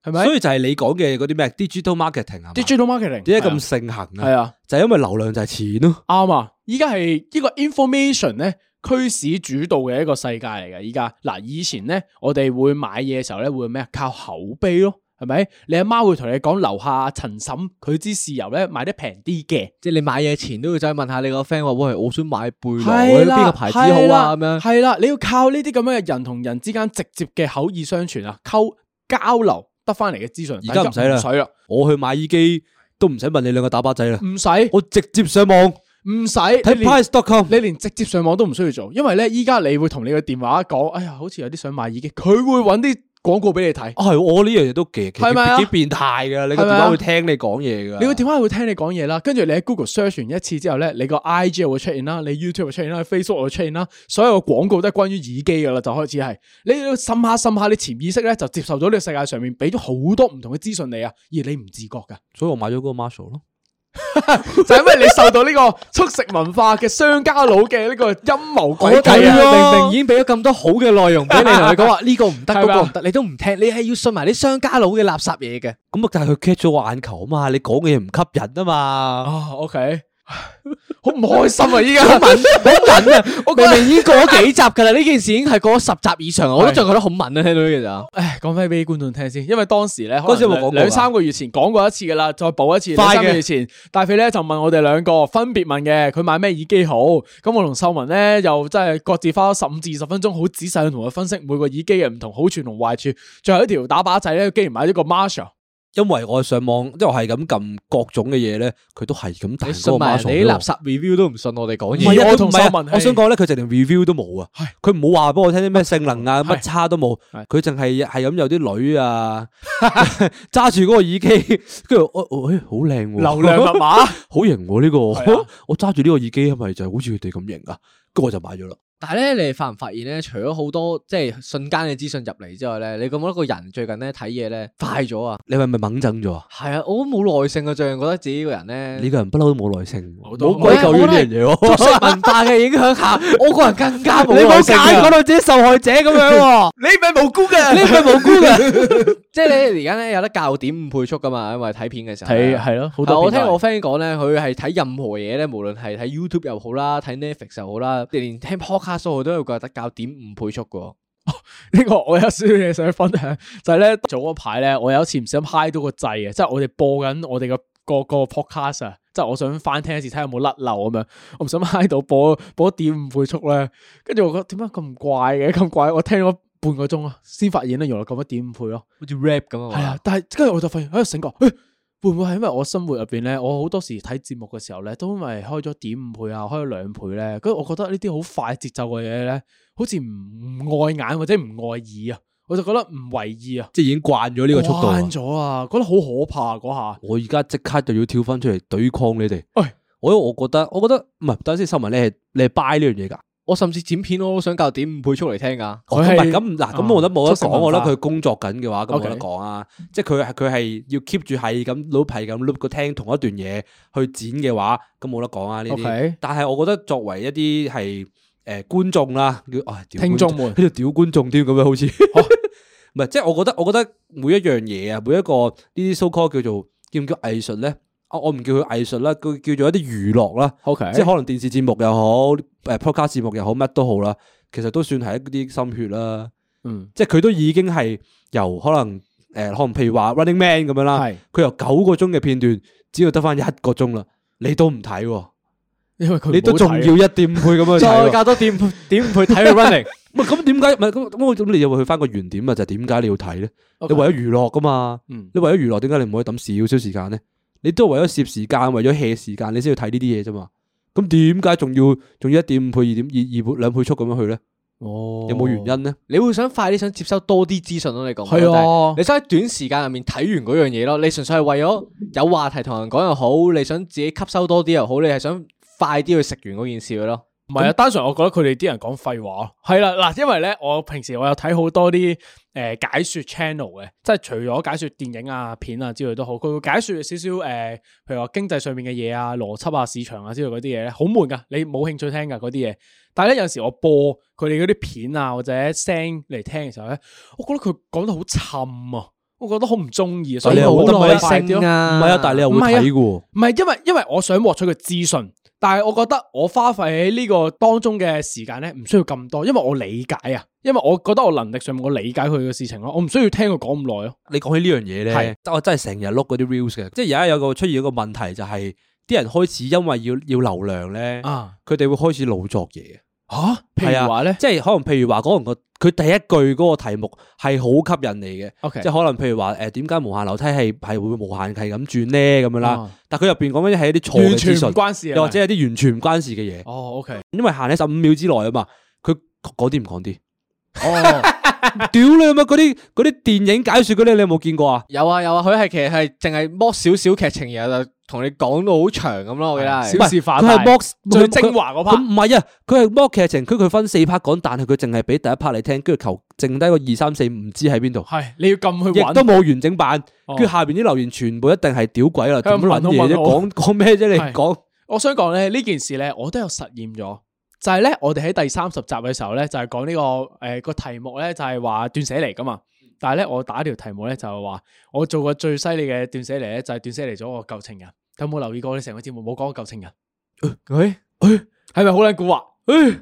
S3: 係咪
S1: 所以就係你講嘅嗰啲咩 digital marketing 啊，
S3: digital marketing
S1: 點解咁盛行
S3: 係
S1: 啊？
S3: 啊？
S1: 就係因為流量就係錢咯。
S3: 啱啊！依家係呢個 information 咧驅使主導嘅一個世界嚟嘅。依家嗱，以前咧我哋會買嘢嘅時候咧會咩啊？靠口碑咯，係咪？你阿媽會同你講樓下陳嬸佢支豉油咧買得平啲嘅。
S2: 即係你買嘢前都要再問下你個 friend 話，喂，我想買背囊，邊個牌子好啊？咁樣。
S3: 系啦，你要靠呢啲咁樣嘅人同人之間直接嘅口耳相傳啊，溝交流得翻嚟嘅資訊。
S1: 而家唔使啦
S3: 唔使啦，
S1: 我去買耳機都唔使問你兩個打靶仔啦，
S3: 唔使。
S1: 我直接上網
S3: 唔使
S1: 睇
S3: 你連
S1: price.com。
S3: 你連直接上網都唔需要做，因為咧依家你會同你個電話講，哎呀，好似有啲想買耳機，佢會揾啲廣告俾你睇。
S1: 系我呢样嘢都几
S3: 係咪啊
S1: 几变态噶，你个
S3: 係咪
S1: 电
S3: 啊
S1: 话会听你讲嘢噶。
S3: 你個電話會聽你講嘢啦，跟住你喺 Google search 完一次之後咧，你個 IG 又會出現啦，你 YouTube 又出現啦你，Facebook 又出現啦，所有嘅廣告都係關於耳機噶啦，就開始係你要滲下滲下，你潛意識咧就接受咗呢個世界上面俾咗好多唔同嘅資訊你啊，而你唔自
S2: [laughs]
S3: 覺噶，
S1: 所以我买咗嗰个 Marshall 咯。
S3: 就係因為你受到呢個速食文化嘅商家佬嘅呢個陰謀
S2: 我
S3: 詭計
S2: 明
S3: 啊，
S2: 明已經俾咗咁多好嘅內容俾你，同佢講話呢個唔得，
S3: 係
S2: 嗰
S3: 嘛
S2: 個唔得，你都唔聽，你係要信埋啲商家佬嘅垃圾嘢嘅。
S1: 咁啊，但系佢 catch 咗我眼球啊嘛，你讲嘅嘢唔吸引啊嘛。
S3: 啊，OK，好唔開心啊依
S2: [laughs]
S3: 家， [laughs]
S2: 好敏啊！我明明已經過 [laughs] 咗幾集㗎啦，呢件事已經係過咗十集以上，我都仲覺得好敏啊！聽到呢件事啊，
S3: 唉，講翻俾觀眾聽先，因為當時咧，
S1: 嗰時有冇
S3: 可能
S1: 講過㗎
S3: 兩三個月前講過一次噶啦，再補一次。兩
S1: 快嘅
S3: 三個月前，大肥咧就問我哋兩個分別問嘅，佢買咩耳機好？咁我同秀文咧又真係各自花咗十五至二十分鐘，好仔細去同佢分析每個耳機嘅唔同好處同壞處。最後一條打靶仔咧，竟然買咗個 Marshall，
S1: 因为我上网，因为我系咁揿各种嘅嘢咧，佢都系咁彈嗰
S2: 你信
S1: 個
S2: 埋
S1: Marshall
S2: 你啲
S1: 俾我
S2: 垃圾 review 都唔信我哋講
S1: 唔係
S2: 嘢。
S1: 啊，
S3: 而我
S1: 佢
S3: 同
S1: 唔係啊
S3: 秀文係
S1: 我想講咧，佢直情 review 都冇啊，佢唔好話俾我聽啲咩性能啊，乜差都冇，
S3: 係
S1: 佢淨係係咁有啲女啊， [laughs] 揸住嗰個耳機，跟住我我誒好靚喎，
S3: 流量密碼
S1: [laughs] 好型喎呢個，
S3: 係啊
S1: 我揸住呢個耳機係咪就係好似佢哋咁型啊？跟住我就買咗啦。
S2: 但係咧，你發唔發現咧？除咗好多即係瞬間嘅資訊入嚟之外咧，你覺唔覺得個人最近咧睇嘢咧快咗啊？
S1: 你係咪猛憎咗啊？
S2: 係啊，我都冇耐性啊，最近覺得自己個人咧。
S1: 你個人不嬲都冇耐性，
S3: 好多
S1: 冇歸咎於呢樣嘢
S2: 速
S1: 喎。
S2: 食文化 [laughs] 嘅影響下，我個人更加冇
S1: 你冇
S2: 耐性
S1: 解
S2: 啊
S1: 講到自己受害者咁樣
S2: [laughs]
S1: 喎，你咪無辜嘅，你咪無辜嘅。
S2: 即係你而家咧有得校點五倍速噶嘛，因為睇片嘅時候呢
S3: 睇係咯，好
S2: 但
S3: 多
S2: 我
S3: 片
S2: 聽
S3: 都係
S2: 我 friend 講咧，佢係睇任何嘢咧，無論係睇 YouTube 又好啦，睇 Netflix 又好啦，連
S3: [laughs]
S2: 聽 podcast 都好都有覺得校點五倍速噶。
S3: 呢個我有少少嘢想分享，就係咧早嗰排咧，我有一次唔小心嗨到個掣啊，即係我哋播緊我哋嘅個個 podcast 啊，即係我想翻聽一次睇下有冇甩漏咁樣，我唔想嗨到播播點五倍速咧，跟住我覺得點解咁怪嘅 [laughs] 咁怪，我聽咗半個鐘啊，先發現咧原來咁一點五倍咯，
S2: 好似 rap 咁
S3: 係
S2: 啊
S3: 啊
S2: 嘛，，
S3: 但係跟住我就發現喺度醒覺，哎誒會唔會係因為我生活入邊咧，我好多時睇節目嘅時候咧，都因為開咗點五倍啊，開咗兩倍咧，跟住我覺得呢啲好快節奏嘅嘢咧，好似唔礙眼或者唔礙耳啊，我就覺得唔為意啊，
S1: 即係已經慣咗呢個速度啊
S3: 慣。咗啊，覺得好可怕啊嗰下。
S1: 我而家即刻就要跳翻出嚟對抗你哋。
S3: 喂
S1: 我因為我覺得，我覺得唔係，等陣先，秀文，你係你係 buy 呢樣嘢㗎？
S2: 我甚至剪片我都想校點五倍速嚟聽噶。
S1: 我唔
S3: 佢係
S1: 係哦咁嗱，
S3: 啊
S1: 咁我覺得冇得
S3: 速成
S1: 講，
S3: 文化
S1: 我覺得佢工作緊嘅話，咁
S3: OK
S1: 冇得講啊。即係佢係佢係要 keep 住係咁 loop 係咁 loop 個聽同一段嘢去剪嘅話，咁冇得講啊呢啲
S3: OK。
S1: 但係我覺得作為一啲係誒觀眾啦，叫唉屌
S3: 聽眾
S1: 觀
S3: 們哦
S1: 喺度屌觀眾添咁樣好似。 [laughs] 唔係，即係我覺得，我覺得每一樣嘢啊，每一個呢啲 so call 叫做叫唔叫藝術咧？啊，我唔叫佢藝術啦，佢叫做一啲娛樂啦。
S3: OK，
S1: 即係可能電視節目又好，誒 podcast 節目又好，乜都好啦，其實都算係一啲心血啦。
S3: 嗯，
S1: 即係佢都已經係由可能誒、呃可能譬如話 Running Man 咁樣啦，
S3: 係
S1: 佢由九個鐘嘅片段，只要得翻一個鐘啦，你都唔睇喎，
S3: 因為佢
S1: 你都仲要一點五倍咁樣
S2: 再
S1: 睇喎。
S2: 校多點五點五倍睇 [laughs] 佢 running，
S1: 唔係咁點解？唔係咁咁我咁你又會去翻個原點啊？就係點解你要睇咧？你為咗娛樂噶嘛？
S3: 嗯
S1: 你為咗娛樂，點解你唔可以抌少少時間咧？你都係為咗攝時間，為咗 hea 時間，你先要睇呢啲嘢啫嘛。咁點解仲要仲要一點五倍、二點二二倍兩倍速咁樣去咧？
S3: 哦
S1: 有冇原因咧？
S2: 你會想快啲想接收多啲資訊咯？你講
S3: 係啊
S2: 你想喺短時間入面睇完嗰樣嘢咯？你純粹係為咗有話題同人講又好，你想自己吸收多啲又好，你係想快啲去食完嗰件事嘅咯。
S3: 唔係啊，單純我覺得佢哋啲人講廢話。係啦，嗱，因為咧，我平時我有睇好多啲誒、呃解說 channel 嘅，即係除咗解說電影啊、片啊之類都好，佢會解說少少誒、呃譬如話經濟上面嘅嘢啊、邏輯啊、市場啊之類嗰啲嘢咧，好悶噶，你冇興趣聽噶嗰啲嘢。但係咧，有陣時我播佢哋嗰啲片啊或者聲嚟聽嘅時候咧，我覺得佢講得好沉啊，我覺得好唔中意，所以
S1: 你又
S3: 我
S1: 覺得
S3: 好
S1: 咪
S3: 快啲咯
S1: 唔
S2: 啊
S1: 係啊，但係你又會
S3: 唔係啊
S1: 睇嘅喎。
S3: 唔係因為因為我想獲取佢資訊，但係我覺得我花費喺呢個當中嘅時間咧，唔需要咁多，因為我理解啊，因為我覺得我能力上面我理解佢嘅事情咯，我唔需要聽佢講咁耐咯。
S1: 你講起呢樣嘢
S3: 係
S1: 咧，我真係成日碌嗰啲 reels 嘅，即係而家有個出現一個問題就係、啲人開始因為要要流量咧，
S3: 啊
S1: 佢哋會開始老作嘢。
S3: 吓，
S1: 係
S3: 譬
S1: 啊
S3: 如話咧
S1: 即係可能譬如話嗰個佢第一句嗰個題目係好吸引你嘅
S2: 啊
S3: OK
S1: 即係可能譬如話誒點解無限樓梯係係會無限係咁轉咧咁樣啦，
S3: 啊
S1: 但佢入邊講緊係一啲錯嘅
S3: 完全
S1: 資
S3: 唔
S1: 訊，
S3: 關事啊，
S1: 又或者係啲完全唔關事嘅嘢，
S3: 哦，OK，
S1: 因為限喺十五秒之內啊嘛，佢講啲唔講啲，
S3: 哦，
S1: [laughs] 屌你咁啊！嗰啲嗰啲電影解说嗰啲，你有冇見過啊？
S2: 有啊有啊，佢系其实系净系剥少少剧情，然後就同你讲到好长咁咯，我记得係
S3: 小事化
S1: 佢係
S3: 大
S1: 剝
S3: 最
S1: 佢
S3: 精華嗰
S1: 佢
S3: part。
S1: 唔係啊，佢係剝劇情，佢佢分四 part 講，但係佢淨係俾第一 part 你聽，跟住求剩低個二三四唔知喺邊度，
S3: 系你要撳去
S1: 亦都
S3: 揾，
S1: 冇完整版。
S3: 哦
S1: 跟住下边啲留言全部一定係屌鬼啦，點
S3: 香港
S1: 撚嘢啫？
S3: 都問
S1: 講 [laughs] 講咩啫？你
S3: 係
S1: 講
S3: 我想講咧呢件事咧，我都有實驗咗。就係咧，我哋喺第三十集嘅時候咧，就係講呢個诶个题目咧，就係話斷捨離噶嘛。但係咧，我打條題目咧就係話，我做過最犀利嘅斷捨離咧，就係斷捨離咗我舊情人。有冇留意過？你成個節目冇講過舊情人，
S2: 佢
S3: 係咪好撚古惑？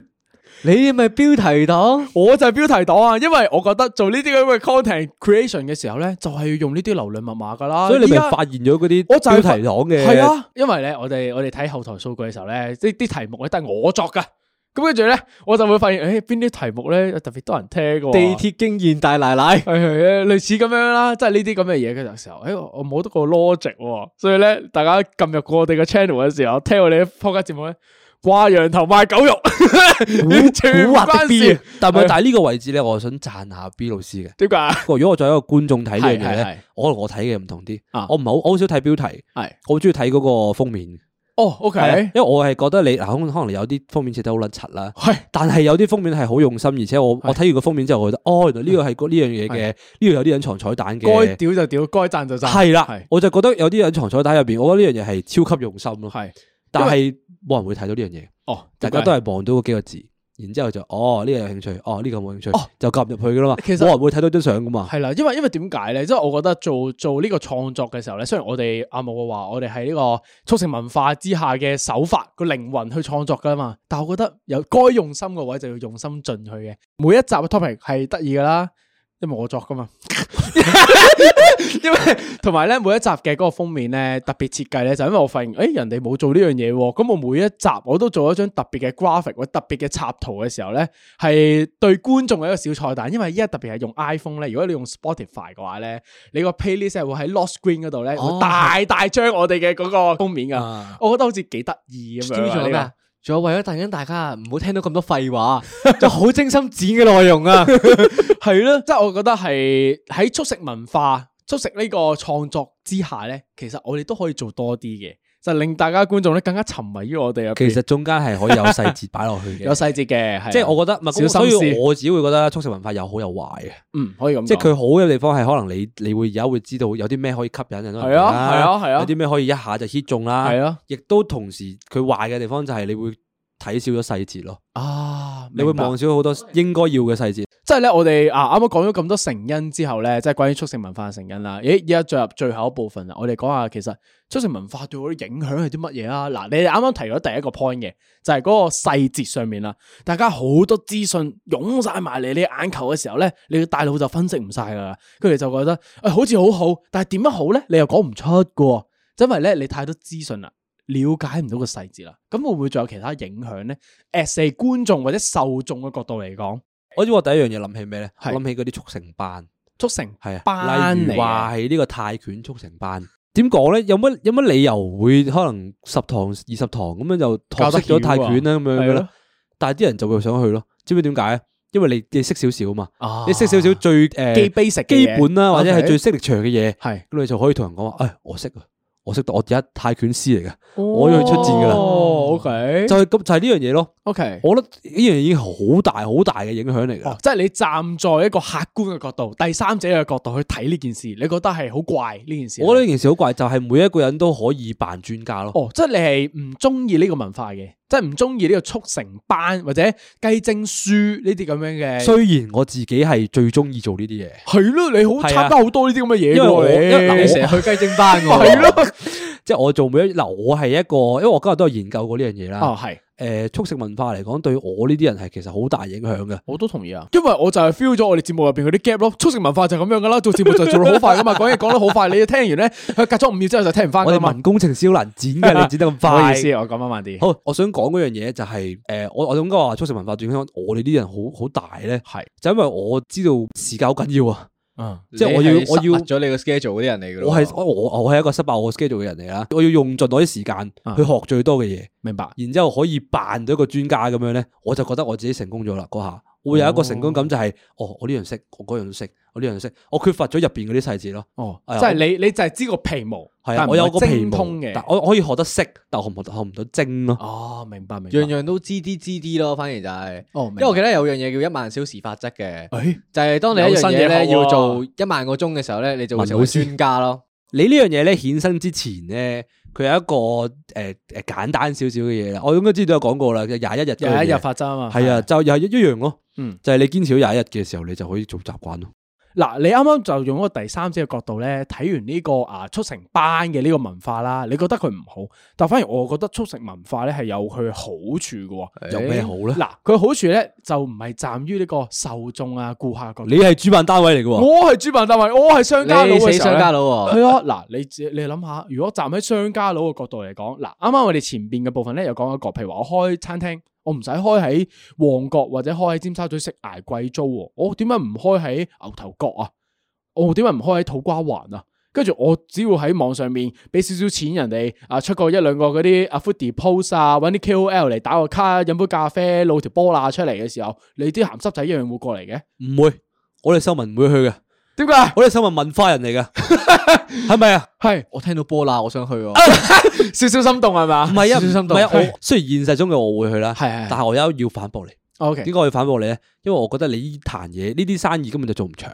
S2: 你咪标题党，
S3: 我就係標題黨啊，因為我覺得做呢啲咁嘅 content creation 嘅時候咧，就係要用呢啲流量密碼噶啦。
S1: 所以你
S3: 依
S1: 咪
S3: 家
S1: 發現咗嗰啲
S3: 我就係
S1: 標題黨嘅
S3: 係啊，因為咧，我哋我哋睇後台數據嘅時候咧，即係啲題目咧都係我作噶。咁跟住咧，我就會發現，誒邊啲題目咧特別多人聽嘅喎。
S2: 地铁經驗大奶奶，
S3: 係係誒類似咁樣啦，即係呢啲咁嘅嘢嘅時候，誒我我冇得個 logic 喎，所以咧大家撳入我哋嘅 channel 嘅時候，聽我哋嘅podcast 節目咧，掛羊頭賣狗肉， [laughs] 全
S2: 古
S3: 唔
S2: 惑的
S3: 關
S2: B
S3: 事
S2: 啊。
S1: 但
S3: 係
S1: 係但係呢個位置咧，我想讚下 B 老師嘅。
S3: 點解？啊
S1: 不過如果我作為一個觀眾睇呢樣嘢
S3: 係係係
S1: 咧，我可能我睇嘅唔同啲
S3: 啊。
S1: 我唔係好，我好少睇標題，
S3: 係
S1: 我好中意睇嗰個封面。
S3: 哦，OK，
S1: 係啊因為我係覺得你嗱，可能可能有啲封面寫得好撚柒啦，
S3: 係
S1: 但係有啲封面係好用心，而且我我睇完個封面之後，我覺得哦，原來呢個係呢樣嘢嘅，呢度有啲隱藏彩蛋
S3: 該
S1: 嘅，
S3: 屌就屌，該讚就讚。
S1: 係啦
S3: 係，
S1: 我就覺得有啲隱藏彩蛋入邊，我覺得呢樣嘢係超級用心咯。
S3: 係
S1: 但係冇人會睇到呢樣嘢，
S3: 哦，
S1: 大家都係望到嗰幾個字，然之後就哦呢個有興趣，哦呢個冇興趣，就撳入去噶啦嘛。
S3: 其實
S1: 冇人會睇到張相噶嘛。
S3: 係啦，因為因為點解咧？即係我覺得做做呢個創作嘅時候咧，雖然我哋阿冇話我哋喺呢個速成文化之下嘅手法個靈魂去創作噶嘛，但我覺得有該用心嘅位就要用心進去嘅。每一集嘅 topic 係得意噶啦，因為我作噶嘛。因為同埋咧，每一集嘅嗰個封面咧，特別設計咧，就因為我發現，诶、人哋冇做呢樣嘢喎，咁我每一集我都做一張特別嘅 graphic 或者特別嘅插圖嘅時候咧，係對觀眾嘅一個小彩蛋，因為依家特別係用 iPhone 咧，如果你用 Spotify 嘅話咧，你個 playlist 係會喺 lock screen 嗰度咧，會大大張我哋嘅嗰個封面噶，
S1: 啊
S3: 我覺得好似幾得意咁
S2: 知唔知
S3: 樣
S2: 仲有咩
S3: 啊。
S2: 啊？仲有為咗突然間大家唔好聽到咁多廢 [laughs] 話，就好精心剪嘅內容 [laughs] 啊！
S3: 系咯，即系我覺得係喺速食文化、速食呢個創作之下咧，其實我哋都可以做多啲嘅，就令大家觀眾咧更加沉迷於我哋入邊
S1: 其實中間係可以有細節擺落去
S3: 有
S1: 嘅，
S3: 細節嘅，係啊
S1: 即係我覺得，唔係
S3: 小
S1: 所
S3: 心
S1: 以
S3: 思，
S1: 我自己會覺得速食文化有好有壞嘅。
S3: 嗯可以咁講，
S1: 即係佢好嘅地方係可能你你會而家會知道有啲咩可以吸引人啦，
S3: 係啊係啊係啊
S1: 有啲咩可以一下就 hit 中啦，
S3: 係啊，
S1: 亦都同時佢壞嘅地方就係你會睇少咗細節咯，
S3: 啊，
S1: 你會
S3: 明白
S1: 望少好多應該要嘅細節。
S3: 即系咧，我哋啊啱啱講咗咁多成因之後咧，即係關於速成文化嘅成因啦。咦，而家進入最後一部分啦，我哋講下其實速成文化對我哋影響係啲乜嘢啦。嗱，你哋啱啱提咗第一個 point 嘅，就係嗰個細節上面啦。大家好多資訊湧晒埋嚟你眼球嘅時候咧，你嘅大腦就分析唔晒噶啦，跟住就覺得誒、哎好似好好，但係點樣好咧？你又講唔出嘅喎，因為咧你太多資訊啦。了解唔到個細節啦，咁會唔會仲有其他影響咧？as 係觀眾或者受眾嘅角度嚟講，
S1: 我知我第一樣嘢諗起咩咧？我
S3: 係
S1: 諗起嗰啲速成班，
S3: 速成
S1: 係啊，
S3: 班
S1: 例
S3: 嚟
S1: 如話
S3: 嘅，
S1: 係呢個泰拳速成班。點講咧？有乜有乜理由會可能十堂二十堂咁樣就
S3: 教
S1: 學
S3: 得
S1: 識咗
S3: 曉
S1: 泰
S3: 啊
S1: 拳啦咁樣
S3: 係
S1: 咧
S3: 咯？
S1: 但係啲人就會想去咯，知唔知點解？啊因為你你識少少啊嘛，
S3: 啊
S1: 你識少少最诶
S3: 基 basic 嘅
S1: 基
S3: 嘢
S1: 本啦，或者
S3: OK
S1: 係最識力場嘅嘢，
S3: 係
S1: 咁你就可以同人講話，诶，我識啊，我識到我而家泰拳師嚟嘅，我要去出戰噶啦，
S3: 哦，OK
S1: 就係咁就係呢樣嘢咯。
S3: OK，
S1: 我覺得呢樣嘢已經好大好大嘅影響嚟
S3: 哦
S1: 㗎，
S3: 即係你站在一個客觀嘅角度、第三者嘅角度去睇呢件事，你覺得係好怪呢件事？
S1: 我覺得呢件事好怪，就係每一個人都可以扮專家咯。
S3: 哦，即係你係唔中意呢個文化嘅，即係唔中意呢個速成班或者雞精書呢啲咁樣嘅。
S1: 雖然我自己係最中意做呢啲嘢，
S3: 係咯，你好
S1: 係啊
S3: 參加好多呢啲咁嘅嘢
S1: 因為我因為
S3: 喎，
S1: 嗱
S3: 你
S1: 我
S3: 成日
S2: 去雞精班我
S3: 係咯，
S1: 即係我做每一嗱，我係一個，因為我今日都有研究過呢樣嘢
S3: 哦
S1: 啦。
S3: 係。
S1: 誒，速食文化嚟講，對我呢啲人係其實好大影響嘅。
S3: 我都同意啊，因為我就係 feel 咗我哋節目入邊嗰啲 gap 咯，速成文化就係咁樣噶啦，做節目就做到好快噶 [laughs] 嘛，講嘢講得好快，你聽完咧，佢隔咗五秒之後就聽唔翻
S1: 我
S3: 噶
S1: 哋
S3: 嘛
S1: 民。工程師好難剪
S3: [laughs]
S1: 嘅，你剪得咁
S3: 啊唔好
S1: 快
S3: 意。思，我講翻慢啲。
S1: 好，我想講嗰樣嘢就係、诶我我點解話速食文化對影響我哋啲人好好大咧？
S3: 係，
S1: 就因為我知道時間好緊要啊，
S3: 嗯，
S1: 即係我要
S2: 你係
S1: 我要
S2: 實物咗你個 schedule 嗰啲人嚟嘅咯。
S1: 我係我我我係一個失爆我 schedule 嘅人嚟啦，我要用盡我啲時間
S3: 啊
S1: 去學最多嘅嘢，
S3: 明白。
S1: 然之後可以扮到一個專家咁樣咧，我就覺得我自己成功咗啦嗰下。我會有一個成功感就係，哦，我呢樣識，我嗰樣識，我呢樣識，我缺乏咗入邊嗰啲細節咯。
S3: 哦，
S1: 係啊
S3: 即係你你就係知個皮毛，
S1: 係啊
S3: 但，
S1: 我有
S3: 唔係
S1: 個皮
S3: 精
S1: 毛
S3: 通嘅，
S1: 但我我可以學得識，但我學唔學學唔到精咯。
S3: 哦，明白明白
S2: 樣。樣都知啲知啲咯，反而就係、
S3: 哦明
S2: 因
S3: 白
S2: 為我記得有樣嘢叫一萬小時法則嘅，
S3: 誒
S2: 就係當你一
S3: 有
S2: 樣
S3: 新嘢
S2: 嘢咧
S3: 學喎
S2: 要做一萬個鐘嘅時候咧，你就會
S1: 文
S2: 成為
S1: 老師
S2: 專家咯。
S1: 你呢樣嘢咧衍生之前咧，佢有一個誒誒簡單少少嘅嘢啦，我應該之前都有講過啦，就廿一日嗰樣嘢
S3: 廿一日法則啊嘛，
S1: 係啊，就又係一一樣咯。
S3: 嗯
S1: 就係你堅持到廿一日嘅時候，你就可以做習慣咯。
S3: 嗱，你啱啱就用一個第三者嘅角度咧，睇完呢、個啊速成班嘅呢個文化啦，你覺得佢唔好，但反而我覺得速成文化咧係有佢好處嘅喎。
S1: 有咩好咧？
S3: 嗱，佢好處咧就唔係站於呢個受眾啊顧客角度，
S1: 你係主辦單位嚟嘅喎，
S3: 我係主辦單位，我係商家佬
S2: 你
S3: 嘅
S2: 死
S3: 時候
S2: 商
S3: 呢
S2: 家佬喎，
S3: 系啊，嗱，你自你諗下，如果站喺商家佬嘅角度嚟講，嗱，啱啱我哋前邊嘅部分咧，有講一個，譬如話我開餐廳，我唔使開喺旺角或者開喺尖沙咀食挨貴租喎，我點解唔開喺牛頭角啊？我點解唔開喺土瓜灣啊？跟住我只要喺網上面俾少少錢人哋啊，出個一兩個嗰啲啊 foodie post 啊，揾啲 KOL 嚟打個卡，飲杯咖啡，露條波罅出嚟嘅時候，你啲鹹濕仔一樣會過嚟嘅。
S1: 唔會，我哋秀文唔會去嘅，
S3: 點解？
S1: 我哋秀文文化人嚟嘅，
S3: [laughs]
S1: 係咪啊？
S3: 係
S2: [laughs] 我聽到波啦，我想去喎。
S3: 少少心動係嘛？
S1: 唔係啊，
S3: 少少心
S1: 唔
S3: 動
S1: 係啊，我雖然現實中嘅我會去啦，
S3: 係係係
S1: 但係我有要反駁你。
S3: OK。
S1: 點解我要反駁你咧？因為我覺得你呢壇嘢呢啲生意根本就做唔長。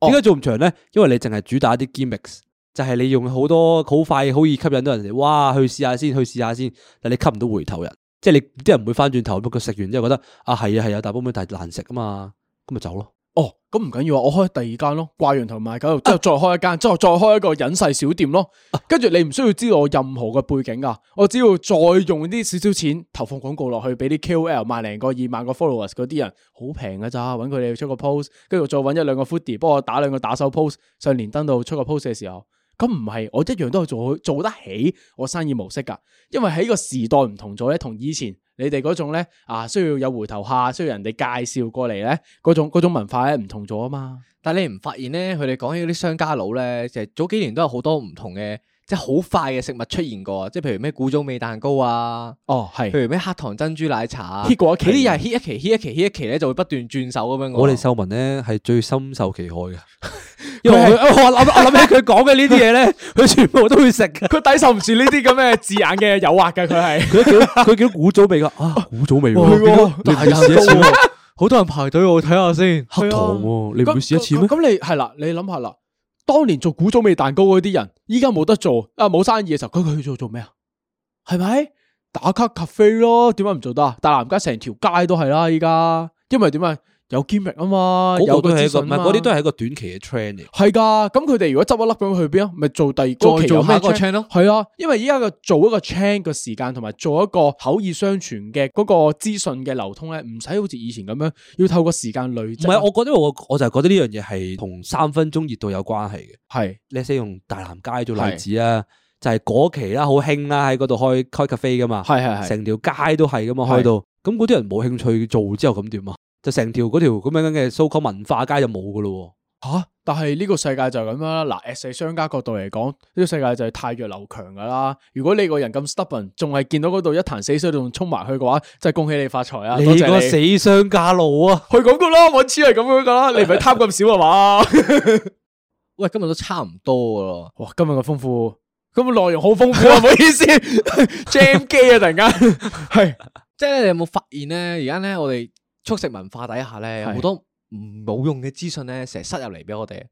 S3: 哦
S1: 點解做唔長咧？因為你淨係主打啲 gimmicks，就係你用好多好快好易吸引到人哋，哇！去試下先，去試下先，但你吸唔到回頭人，即係你啲人唔會翻轉頭。不過食完之後覺得啊係啊係啊，大波妹但係難食啊嘛，咁咪走咯。
S3: 哦，咁唔緊要啊，我開第二間咯，掛完頭賣狗肉之後再開一間，之後再開一個隱世小店咯。跟住你唔需要知道我任何嘅背景噶，我只要再用啲少少錢投放廣告落去，俾啲 KOL 萬零個、二萬個 followers 嗰啲人，好平噶咋，揾佢哋出個 post，跟住再揾一兩個 foodie 幫我打兩個打手 post 上連登度出個 post 嘅時候。咁唔係，我一樣都係做做得起我生意模式㗎，因為喺個時代唔同咗咧，同以前你哋嗰種咧啊，需要有回頭客，需要人哋介紹過嚟咧，嗰種嗰種文化咧唔同咗啊嘛。
S2: 但你唔發現咧，佢哋講起嗰啲商家佬咧，就係早幾年都有好多唔同嘅，即係好快嘅食物出現過，即係譬如咩古早味蛋糕啊，
S3: 哦，
S2: 譬
S3: 係
S2: 如咩黑糖珍珠奶茶啊
S3: hit 過一期
S2: 嗰啲又係 hit 一期 hit 一期 hit 一期咧，就會不斷轉手咁樣㗎喎。
S3: 哦
S1: 我哋秀文咧係最深受其害嘅，因為我我諗我諗起佢講嘅呢啲嘢 [laughs] 咧，佢全部都會食嘅。
S3: 佢抵受唔住呢啲咁嘅字眼嘅誘惑㗎，佢係。
S1: 佢叫佢叫古早味噶啊，
S3: 哦
S1: 古早味喎，
S3: 啊
S1: 你唔會試一次咩？
S2: 好多人排隊，我睇下先。
S1: 黑糖喎， [laughs] 你唔會試一次咩？
S3: 啊咁咁你係啦，你諗下啦，當年做古早味蛋糕嗰啲人，依家冇得做啊，冇生意嘅時候，佢佢去做做咩啊？係咪打卡咖啡咯？點解唔做得啊？大南街成條街都係啦，依家因為點啊？有兼力啊啊嘛，有
S1: 嗰個都係
S3: 資
S1: 一個，唔
S3: 訊
S1: 係嗰啲都係一個短期嘅 trend 嚟。
S3: 系噶，咁佢哋如果執一粒咁去邊啊？咪做第二個
S2: 再
S3: 期
S2: 做
S3: 有咩
S2: 下一個 chain 咯
S3: 係啊，因為依家嘅做一個 chain 嘅時間，同埋做一個口耳相傳嘅嗰個資訊嘅流通咧，唔使好似以前咁樣要透過時間累
S1: 唔
S3: 積。
S1: 係，我覺得我我就係覺得呢樣嘢係同三分鐘熱度有關係嘅。
S3: 係
S1: 你先用大南街做例子啊，就係嗰期啦，好興啦，喺嗰度開開 cafe 噶嘛，
S3: 係係係
S1: 成條街都係噶嘛，開到咁嗰啲人冇興趣做之後咁點啊？就成條嗰條咁樣嘅 so called 文化街就冇噶咯
S3: 吓、但係呢個世界就係咁樣啦。嗱，S 四商家角度嚟講，呢、個世界就係太弱流強噶啦。如果你個人咁 stubborn，仲係見到嗰度一潭死水仲衝埋去嘅話，真係恭喜你發財啊！
S1: 喎。
S3: 多
S1: 你
S3: 謝
S1: 個死商家佬啊！
S3: 去咁噶啦，我知係咁樣噶啦，你唔係貪咁少啊嘛？
S2: 喂，今日都差唔多噶咯。
S3: 哇，今日嘅豐富，咁嘅內容好豐富啊！唔好意思 [laughs] ，jam 機啊，突然間係
S2: 即係咧，你有冇發現咧？而家咧，我哋速食文化底下咧，有
S3: 係
S2: 好多唔冇用嘅資訊咧，成日塞入嚟俾我哋。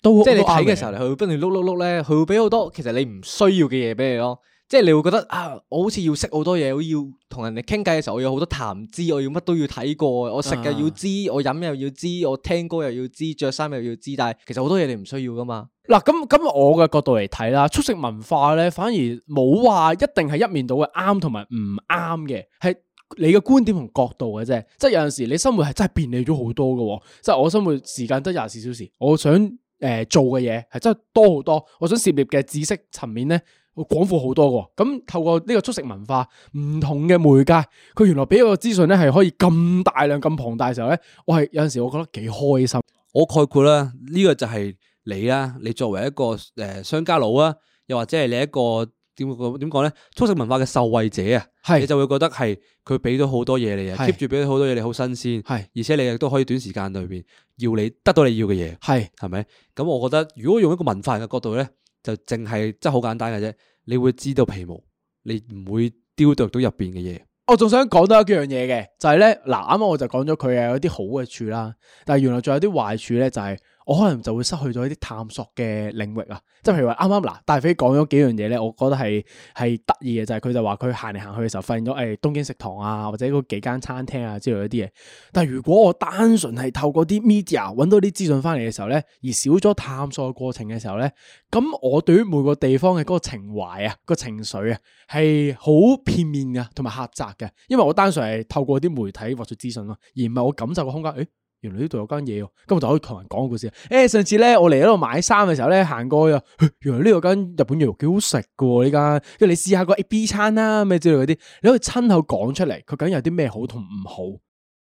S3: 都
S2: 即係你睇嘅時候，你會不斷碌碌碌咧，佢會俾好多其實你唔需要嘅嘢俾你咯。即係你會覺得啊，我好似要識好多嘢，我要同人哋傾偈嘅時候，我有好多談資，我要乜都要睇過，我
S3: 啊
S2: 食嘅要知，我飲又要知，我聽歌又要知，着衫又要知。但係其實好多嘢你唔需要噶嘛。
S3: 嗱咁咁，我嘅角度嚟睇啦，速食文化咧反而冇話一定係一面倒嘅啱同埋唔啱嘅，係你嘅觀點同角度嘅啫。即係有陣時你生活係真係便利咗好多嘅喎，即係我生活時間得廿四小時，我想誒、呃做嘅嘢係真係多好多，我想涉獵嘅知識層面咧。廣闊好多喎，咁透過呢個速食文化，唔同嘅媒介，佢原來俾我嘅資訊咧係可以咁大量、咁龐大嘅時候咧，我係有陣時我覺得幾開心。
S1: 我概括啦，呢、個就係你啦，你作為一個诶、呃商家佬啊，又或者係你一個點講點講咧？速食文化嘅受惠者啊，
S3: 係
S1: 你就會覺得係佢俾咗好多嘢你啊
S3: 係
S1: ，keep 住俾咗好多嘢你，好新鮮，
S3: 係
S1: 而且你亦都可以短時間裏邊要你得到你要嘅嘢，
S3: 系
S1: 係咪？咁我覺得如果用一個文化人嘅角度咧，就淨係真係好簡單嘅啫，你會知道皮毛，你唔會雕琢到入邊嘅嘢。
S3: 我哦仲想講多一樣嘢嘅，就係咧嗱，啱啱我就講咗佢嘅有啲好嘅處啦，但係原來仲有啲壞處咧，就係我可能就會失去咗一啲探索嘅領域啊，即係譬如話啱啱嗱，大飛講咗幾樣嘢咧，我覺得係係得意嘅，就係佢就話佢行嚟行去嘅時候發現咗誒、東京食堂啊，或者嗰幾間餐廳啊之類嗰啲嘢，但係如果我單純係透過啲 media 揾到啲資訊翻嚟嘅時候咧，而少咗探索嘅過程嘅時候咧，咁我對於每個地方嘅嗰個情懷啊、個情緒啊，係好片面嘅，同埋狹窄嘅，因為我單純係透過啲媒體獲取資訊咯，而唔係我感受個空間。誒，原來呢度有間嘢喎，咁我就可以同人講個故事。誒、上次咧我嚟呢度買衫嘅時候咧，行過又，嘿原來呢度間日本嘢肉幾好食嘅喎呢間，跟住你試下個 A B 餐啦咩之類嗰啲，你可以親口講出嚟，佢究竟有啲咩好同唔好。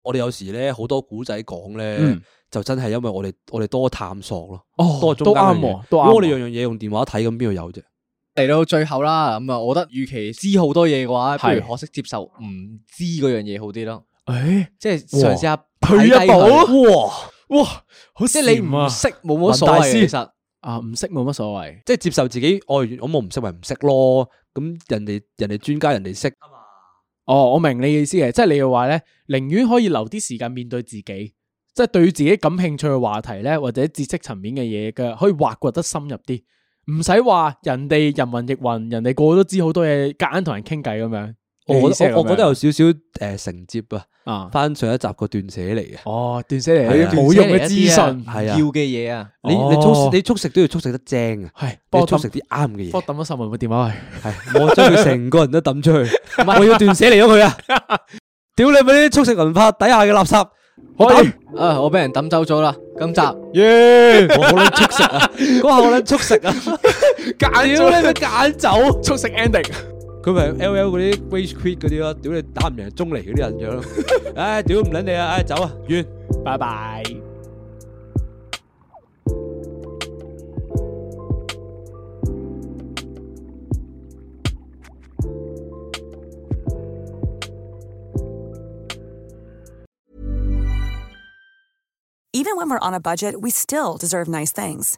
S1: 我哋有時咧好多古仔講咧，
S3: 嗯
S1: 就真係因為我哋我哋多探索咯，
S3: 哦
S1: 多中
S3: 都
S1: 間嘅
S3: 啱
S1: 嘢
S3: 喎，都
S1: 如果
S3: 啱
S1: 我哋
S3: 喎。
S1: 樣樣嘢用電話睇，咁邊度有啫？
S2: 嚟到最後啦，咁啊，我覺得與其知好多嘢嘅話，不
S3: 係
S2: 如可惜接受唔知嗰樣嘢好啲咯。
S3: 誒
S2: 即係嘗試下
S3: 退一
S2: 擺低佢
S3: 步，哇哇，好
S2: 即係你
S3: 禪啊
S2: 唔識冇乜所
S1: 雲大
S2: 謂
S1: 師
S2: 嘅。其實
S3: 啊唔識冇乜所謂。
S1: 即係接受自己，我咁我唔識咪唔識咯。咁人哋人哋專家人哋識，
S3: 哦，我明你嘅意思嘅，即係你嘅話咧，寧願可以留啲時間面對自己，即係對自己感興趣嘅話題咧，或者知識層面嘅嘢嘅，可以挖掘得深入啲，唔使話人哋人云亦云，人哋個個都知好多嘢，夾硬同人傾偈咁樣。
S1: 我
S3: 你意思
S1: 覺
S3: 係
S1: 得我我覺得有
S3: 咁樣
S1: 少少誒承接啊，
S3: 啊，
S1: 翻上一集個斷捨離嘅。啊
S3: 哦，斷捨離
S1: 係啊
S3: 冇用嘅資
S2: 斷捨離一啲
S3: 訊
S2: 啊
S1: 係啊
S2: 要嘅嘢啊，
S1: 你
S3: 哦
S1: 你速你速食都要速食得正啊，
S3: 係
S1: 你
S3: 幫我
S1: 速食
S3: 抌，
S1: 啲啱嘅
S3: 幫
S1: 嘢。
S3: 我抌咗十文個電話去。
S1: 係我將佢成個人都抌出去，我要斷捨離咗佢啊！屌你咪啲速食文化底下嘅垃圾，我抌
S2: 啊，我俾人抌走咗啦。今集
S1: 我好撚速食啊！嗰下我撚速食啊！
S3: 揀
S1: 屌你咪
S3: 揀走，速食 ending。
S1: 佢咪 L L 嗰啲 wage quit 嗰啲咯，屌你打唔贏中嚟嗰啲人樣咯，唉，屌唔撚你啊，唉走啊，完。
S3: 拜拜。
S9: Even when we're on a budget, we still deserve nice things.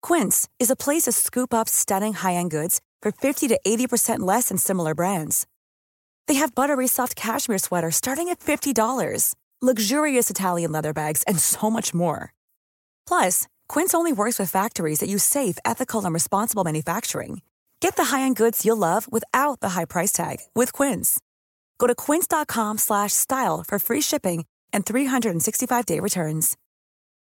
S9: Quince is a place to scoop up stunning high end goods for 50 to 80% less than similar brands. They have buttery soft cashmere sweaters starting at $50, luxurious Italian leather bags, and so much more. Plus, Quince only works with factories that use safe, ethical, and responsible manufacturing. Get the high-end goods you'll love without the high price tag with Quince. Go to quince.com/style for free shipping and 365-day returns.